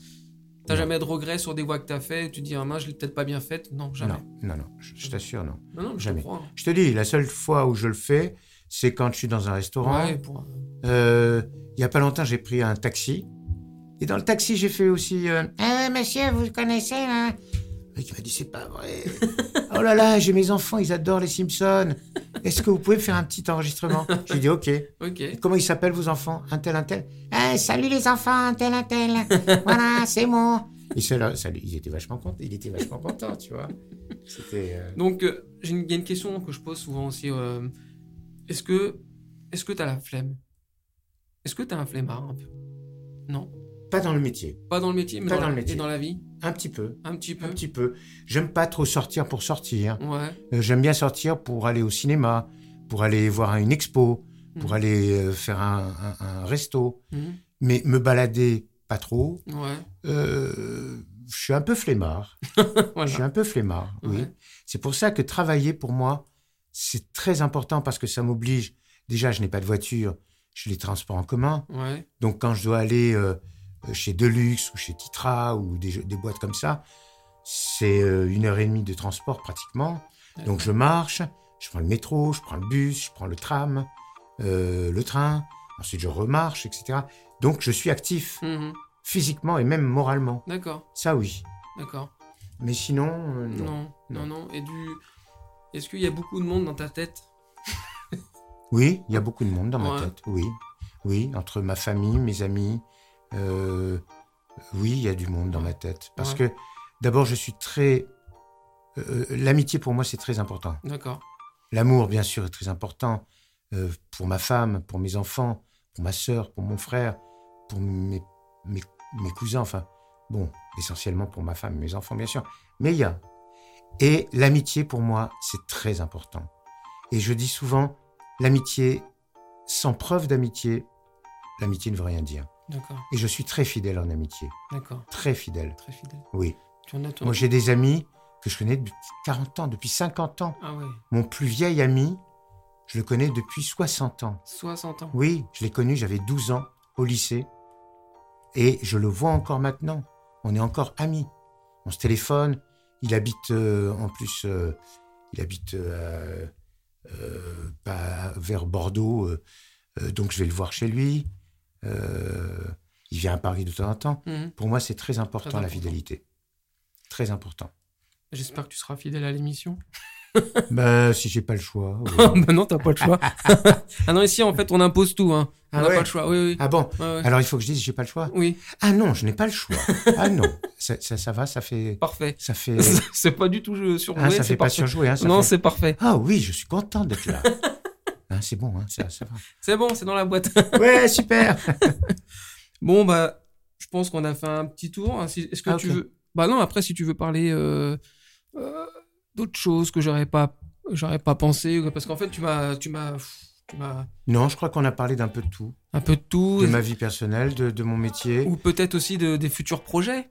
Speaker 4: T'as
Speaker 2: Non.
Speaker 4: jamais de regrets sur des voix que t'as fait, tu dis, ah mince, je l'ai peut-être pas bien faite. Non, jamais.
Speaker 2: non, non, non, je, je t'assure, non.
Speaker 4: Non, non, mais
Speaker 2: Jamais.
Speaker 4: je te crois. hein.
Speaker 2: Je te dis, la seule fois où je le fais, c'est quand je suis dans un restaurant.
Speaker 4: Ouais, pour-
Speaker 2: Euh, il y a pas longtemps, j'ai pris un taxi. Et dans le taxi, j'ai fait aussi. euh,
Speaker 6: Euh, Monsieur, vous le connaissez, hein
Speaker 2: Le
Speaker 6: là
Speaker 2: mec il m'a dit c'est pas vrai. oh là là, j'ai mes enfants, ils adorent les Simpsons. Est-ce que vous pouvez me faire un petit enregistrement Je lui ai dit ok.
Speaker 4: Ok.
Speaker 2: Comment ils s'appellent vos enfants Un tel, un tel. Eh,
Speaker 6: Euh, Salut les enfants, tel, un tel. voilà, c'est moi.
Speaker 2: Et ça, là, ça, lui- il était vachement content. Il était vachement content, tu vois. C'était. euh,
Speaker 4: Donc, euh, j'ai une- il y a une question que je pose souvent aussi. euh, est-ce que est-ce que t'as la flemme Est-ce que t'as un flemmard un peu Non.
Speaker 2: Pas dans le métier.
Speaker 4: Pas dans le métier, mais
Speaker 2: Pas
Speaker 4: dans,
Speaker 2: dans
Speaker 4: la-
Speaker 2: le métier.
Speaker 4: et dans la vie
Speaker 2: Un petit peu.
Speaker 4: Un petit peu.
Speaker 2: Un petit peu. J'aime pas trop sortir pour sortir.
Speaker 4: Ouais.
Speaker 2: Euh, J'aime bien sortir pour aller au cinéma, pour aller voir une expo, pour
Speaker 4: Mhm.
Speaker 2: aller euh, faire un, un- un resto.
Speaker 4: Mhm.
Speaker 2: Mais me balader, pas trop.
Speaker 4: Ouais.
Speaker 2: Euh, je suis un peu flemmard. Je suis
Speaker 4: voilà.
Speaker 2: un peu flemmard, oui.
Speaker 4: Ouais.
Speaker 2: C'est pour ça que travailler, pour moi, c'est très important parce que ça m'oblige. Déjà, je n'ai pas de voiture, je les transports en commun.
Speaker 4: Ouais.
Speaker 2: Donc quand je dois aller euh, chez Deluxe ou chez Titra ou des, jeux- des boîtes comme ça, c'est euh, une heure et demie de transport pratiquement. Donc je marche, je prends le métro, je prends le bus, je prends le tram, euh, le train, ensuite je remarche, etc. Donc je suis actif
Speaker 4: Mhm.
Speaker 2: physiquement et même moralement.
Speaker 4: D'accord.
Speaker 2: Ça oui.
Speaker 4: D'accord.
Speaker 2: Mais sinon, euh, non.
Speaker 4: Non. non. Non. Et du. Est-ce qu'il y a beaucoup de monde dans ta tête
Speaker 2: Oui, il y a beaucoup de monde dans ma
Speaker 4: Ouais.
Speaker 2: tête. Oui, oui, entre ma famille, mes amis. euh, oui, il y a du monde dans ma tête. Parce que d'abord, je suis très... euh, L'amitié pour moi, c'est très important.
Speaker 4: D'accord.
Speaker 2: L'amour, bien sûr, est très important euh, pour ma femme, pour mes enfants, pour ma sœur, pour mon frère, pour mes, mes, mes cousins, enfin, bon, essentiellement pour ma femme et mes enfants, bien sûr. Mais il y a. Et l'amitié, pour moi, c'est très important. Et je dis souvent, l'amitié, sans preuve d'amitié, l'amitié ne veut rien dire.
Speaker 4: D'accord.
Speaker 2: Et je suis très fidèle en amitié,
Speaker 4: D'accord.
Speaker 2: très fidèle,
Speaker 4: Très fidèle.
Speaker 2: oui.
Speaker 4: Tu en as toi
Speaker 2: Moi, j'ai des amis que je connais depuis 40 ans, depuis 50 ans.
Speaker 4: Ah ouais.
Speaker 2: Mon plus vieil ami, je le connais depuis 60 ans.
Speaker 4: 60 ans.
Speaker 2: Oui, je l'ai connu, j'avais 12 ans au lycée. Et je le vois encore maintenant. On est encore amis. On se téléphone. Il habite euh, en plus, euh, il habite euh, euh, pas vers Bordeaux, euh, euh, donc je vais le voir chez lui. Euh, il vient à Paris de temps en temps.
Speaker 4: Mhm.
Speaker 2: Pour moi, c'est très important, la
Speaker 4: important.
Speaker 2: fidélité. Très important.
Speaker 4: J'espère que tu seras fidèle à l'émission.
Speaker 2: bah, si j'ai pas le choix. oui.
Speaker 4: bah non, t'as pas le choix. ah non, ici, en fait, on impose tout. Hein. On
Speaker 2: Ah
Speaker 4: n'a
Speaker 2: ouais
Speaker 4: pas le choix. Oui, oui.
Speaker 2: Ah bon
Speaker 4: Ouais, ouais.
Speaker 2: Alors il faut que je dise j'ai pas le choix.
Speaker 4: Oui,
Speaker 2: Ah non, je n'ai pas le choix. Ah non, ça, ça, ça va, ça fait,
Speaker 4: parfait.
Speaker 2: ça fait,
Speaker 4: c'est pas du tout euh, surjoué.
Speaker 2: hein, ça
Speaker 4: c'est
Speaker 2: fait pas
Speaker 4: parfait.
Speaker 2: surjouer. Hein, ça
Speaker 4: non,
Speaker 2: fait-
Speaker 4: c'est parfait.
Speaker 2: Ah oui, je suis content d'être là. Hein, c'est bon, hein, ça, ça va.
Speaker 4: C'est bon, c'est dans la boîte.
Speaker 2: Ouais, super.
Speaker 4: bon, bah, je pense qu'on a fait un petit tour. hein. Si- Est-ce que
Speaker 2: Ah,
Speaker 4: tu
Speaker 2: ok.
Speaker 4: veux. Bah non, après, si tu veux parler euh, euh, d'autres choses que j'aurais pas, j'aurais pas pensé. Parce qu'en fait, tu m'as. Tu m'as. pff, Tu m'as.
Speaker 2: Non, je crois qu'on a parlé d'un peu de tout,
Speaker 4: Un peu de tout.
Speaker 2: de ma vie personnelle, de, de mon métier.
Speaker 4: Ou peut-être aussi de- des futurs projets.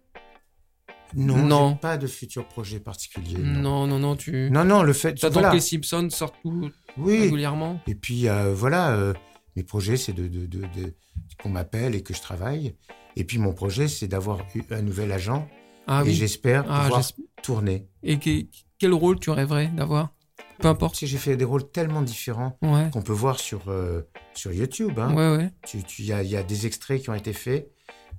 Speaker 2: Non,
Speaker 4: Non.
Speaker 2: j'ai pas de futur projet particulier. Non,
Speaker 4: Non, non, non, tu.
Speaker 2: non, non, le fait,
Speaker 4: T'attends
Speaker 2: voilà,
Speaker 4: que les Simpsons sortent tout
Speaker 2: oui.
Speaker 4: régulièrement.
Speaker 2: Et puis euh, voilà, euh, mes projets, c'est de, de, de, de- qu'on m'appelle et que je travaille. Et puis mon projet, c'est d'avoir eu un nouvel agent
Speaker 4: Ah
Speaker 2: et
Speaker 4: oui.
Speaker 2: j'espère
Speaker 4: Ah,
Speaker 2: pouvoir
Speaker 4: j'esp-
Speaker 2: tourner.
Speaker 4: Et que- quel rôle tu rêverais d'avoir Peu importe.
Speaker 2: Si j'ai fait des rôles tellement différents
Speaker 4: Ouais.
Speaker 2: qu'on peut voir sur, euh, sur YouTube. hein.
Speaker 4: Ouais, ouais.
Speaker 2: Tu- tu- Il y, a, il y a des extraits qui ont été faits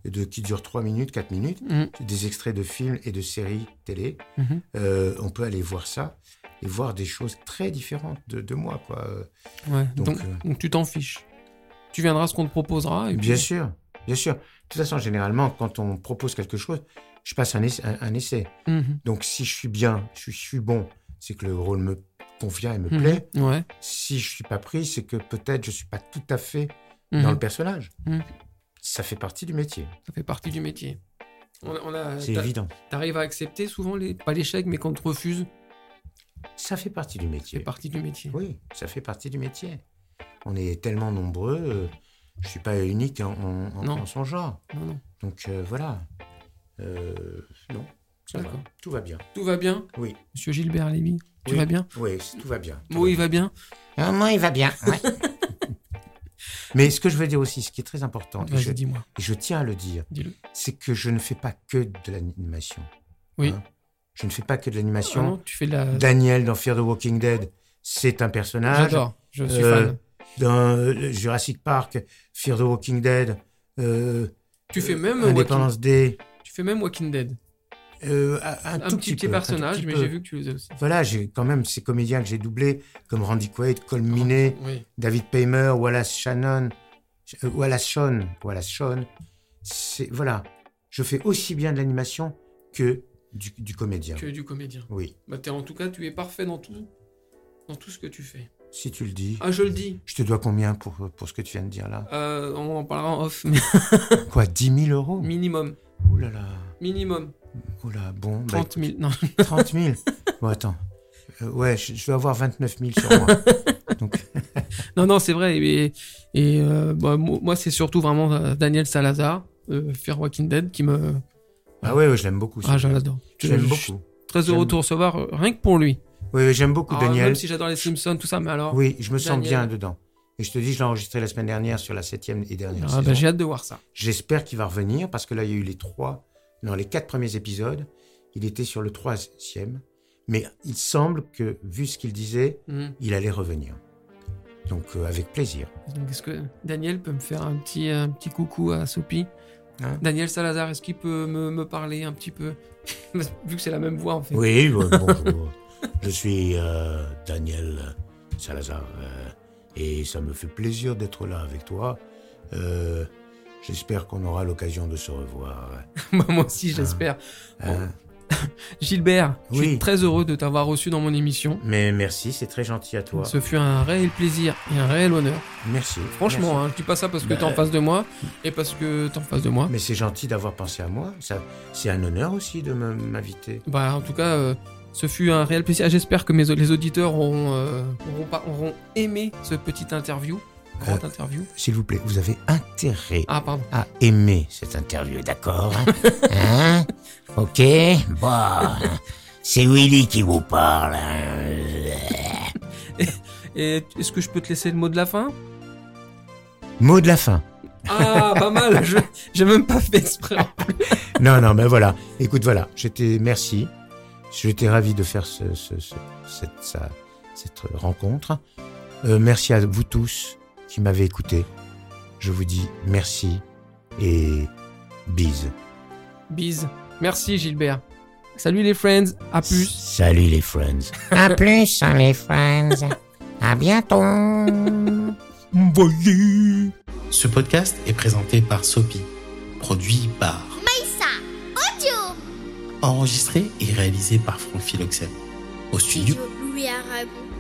Speaker 2: de, qui durent 3 minutes, 4 minutes,
Speaker 4: Mm.
Speaker 2: des extraits de films et de séries télé.
Speaker 4: Mhm.
Speaker 2: Euh, on peut aller voir ça et voir des choses très différentes de, de moi. Quoi. Euh,
Speaker 4: Ouais.
Speaker 2: Donc,
Speaker 4: Donc,
Speaker 2: euh,
Speaker 4: donc tu t'en fiches. Tu viendras ce qu'on te proposera. Et puis-
Speaker 2: Bien sûr, bien sûr. De toute façon, généralement, quand on me propose quelque chose, je passe un essai. un- un essai.
Speaker 4: Mhm.
Speaker 2: Donc si je suis bien, je suis, je suis bon, c'est que le rôle me convient et me
Speaker 4: Mhm.
Speaker 2: plaît.
Speaker 4: Ouais.
Speaker 2: Si je suis pas pris, c'est que peut-être je suis pas tout à fait
Speaker 4: Mhm.
Speaker 2: dans le personnage.
Speaker 4: Mhm.
Speaker 2: Ça fait partie du métier,
Speaker 4: Ça fait partie du métier. On, a- on a.
Speaker 2: c'est
Speaker 4: t'a-
Speaker 2: évident.
Speaker 4: T'arrives à accepter souvent les pas l'échec, mais quand on te refuse,
Speaker 2: Ça fait partie du
Speaker 4: c'est
Speaker 2: métier.
Speaker 4: partie du métier.
Speaker 2: Oui, ça fait partie du métier. On est tellement nombreux, euh, je suis pas unique en, en- en-
Speaker 4: Non.
Speaker 2: en son genre.
Speaker 4: Non, non.
Speaker 2: Donc euh, voilà. Euh, non, ça va.
Speaker 4: D'accord.
Speaker 2: Tout va bien.
Speaker 4: Tout va bien,
Speaker 2: Oui,
Speaker 4: Monsieur Gilbert Lévy. Tu
Speaker 2: Oui.
Speaker 4: vas bien
Speaker 2: oui, tout va bien. Tout
Speaker 4: Moi,
Speaker 2: va
Speaker 4: il va bien.
Speaker 6: Euh, moi, il va bien. ouais.
Speaker 2: Mais ce que je veux dire aussi, ce qui est très important, et je,
Speaker 4: Vas-y, dis-moi.
Speaker 2: et je tiens à le dire,
Speaker 4: Dis-le.
Speaker 2: c'est que je ne fais pas que de l'animation.
Speaker 4: Oui.
Speaker 2: Hein je ne fais pas que de
Speaker 4: Ah
Speaker 2: l'animation.
Speaker 4: non, tu fais de la.
Speaker 2: Daniel dans Fear the Walking Dead, c'est un personnage.
Speaker 4: J'adore. Je suis
Speaker 2: Euh,
Speaker 4: fan.
Speaker 2: Dans euh, Jurassic Park, Fear the Walking Dead, euh,
Speaker 4: Tu fais même euh, Walking,
Speaker 2: Indépendance Day,
Speaker 4: tu fais même Walking Dead.
Speaker 2: euh, un,
Speaker 4: Un,
Speaker 2: tout
Speaker 4: petit, petit
Speaker 2: peu, un tout
Speaker 4: personnage,
Speaker 2: petit
Speaker 4: mais
Speaker 2: peu.
Speaker 4: j'ai vu que tu le faisais aussi.
Speaker 2: Voilà, j'ai quand même ces comédiens que j'ai doublés, comme Randy Quaid, Cole Minet,
Speaker 4: Oui.
Speaker 2: David Paymer, Wallace Shannon, euh, Wallace Shawn, Wallace Shawn. C'est voilà, je fais aussi bien de l'animation que du, du comédien.
Speaker 4: Tu es du comédien.
Speaker 2: Oui,
Speaker 4: Bah, t'es- en tout cas, tu es parfait dans tout, dans tout ce que tu fais.
Speaker 2: si tu le dis.
Speaker 4: Ah, je le dis.
Speaker 2: Je te dois combien pour, pour ce que tu viens de dire là
Speaker 4: Euh, on en parlera en off, mais
Speaker 2: Quoi, 10 000 euros
Speaker 4: minimum,
Speaker 2: Oh là là,
Speaker 4: minimum,
Speaker 2: oh là, bon, bah,
Speaker 4: 30 000. Non,
Speaker 2: 30 000 Bon, attends. Euh, ouais, je, je vais avoir 29 000 sur moi. Donc,
Speaker 4: non, non, c'est vrai. Et, et, euh, bah, mo- moi, c'est surtout vraiment euh, Daniel Salazar, euh, Fear Walking Dead, qui me.
Speaker 2: ah ouais, ouais, je l'aime beaucoup.
Speaker 4: Ah, je
Speaker 2: celui-là.
Speaker 4: l'adore.
Speaker 2: je l'aime
Speaker 4: Je-
Speaker 2: beaucoup.
Speaker 4: Très heureux
Speaker 2: J'aime-
Speaker 4: de te recevoir, euh, rien que pour lui.
Speaker 2: Oui, oui, j'aime beaucoup
Speaker 4: Alors,
Speaker 2: Daniel.
Speaker 4: Ah, Même si j'adore les Simpsons, tout ça, mais alors.
Speaker 2: Oui, je me sens
Speaker 4: Daniel.
Speaker 2: bien dedans. Et je te dis, je l'ai enregistré la semaine dernière sur la septième et dernière
Speaker 4: Ah,
Speaker 2: saison.
Speaker 4: bah, j'ai hâte de voir ça.
Speaker 2: J'espère qu'il va revenir parce que là, il y a eu les trois, dans les quatre premiers épisodes, il était sur le troisième. Mais il semble que, vu ce qu'il disait,
Speaker 4: Mhm.
Speaker 2: il allait revenir. Donc, euh, avec plaisir.
Speaker 4: Donc, est-ce que Daniel peut me faire un petit, euh, un petit coucou à Sopi
Speaker 2: Hein
Speaker 4: Daniel Salazar, est-ce qu'il peut me, me parler un petit peu Vu que c'est la même voix, en fait.
Speaker 5: Oui, euh, bonjour. Je suis euh, Daniel Salazar euh, et ça me fait plaisir d'être là avec toi. Euh, J'espère qu'on aura l'occasion de se revoir.
Speaker 4: Bah, Moi aussi, j'espère.
Speaker 2: Hein.
Speaker 4: Gilbert, je suis
Speaker 2: Oui.
Speaker 4: très heureux de t'avoir reçu dans mon émission.
Speaker 2: Mais merci, c'est très gentil à toi.
Speaker 4: Ce fut un réel plaisir et un réel honneur.
Speaker 2: Merci.
Speaker 4: Franchement, hein, je dis pas ça parce que t'es en face de moi et parce que t'es en face de moi.
Speaker 2: Merci. Mais c'est gentil d'avoir pensé à moi. Ça, c'est un honneur aussi de me- m'inviter.
Speaker 4: Bah, en tout cas, euh, ce fut un réel plaisir. J'espère que mes, les auditeurs auront, euh, auront, pas- auront aimé ce petit interview. Grande interview.
Speaker 2: S'il vous plaît, vous avez intérêt
Speaker 4: Ah, pardon.
Speaker 2: à aimer cette
Speaker 5: Cette interview, d'accord
Speaker 6: Hein Ok.
Speaker 5: Bah, c'est Willy qui vous parle. hein.
Speaker 4: Et est-ce que je peux te laisser le mot de la fin
Speaker 2: mot de la fin.
Speaker 4: Ah, pas mal. je- J'ai même pas fait exprès.
Speaker 2: Non, non, mais voilà. Écoute, voilà. J'étais, merci. J'étais ravi de faire ce- ce- ce- cette, ça- cette rencontre. Euh, merci à vous tous qui m'avez écouté. Je vous dis merci et bise.
Speaker 4: Bise. Merci, Gilbert. Salut les friends. À plus.
Speaker 5: Salut les friends.
Speaker 6: À plus, hein, les friends. À bientôt.
Speaker 7: Ce podcast est présenté par Sopi, produit par,
Speaker 1: Maïssa, Audio.
Speaker 7: enregistré et réalisé par Franck Philoxène, au studio
Speaker 1: Louis Aragon.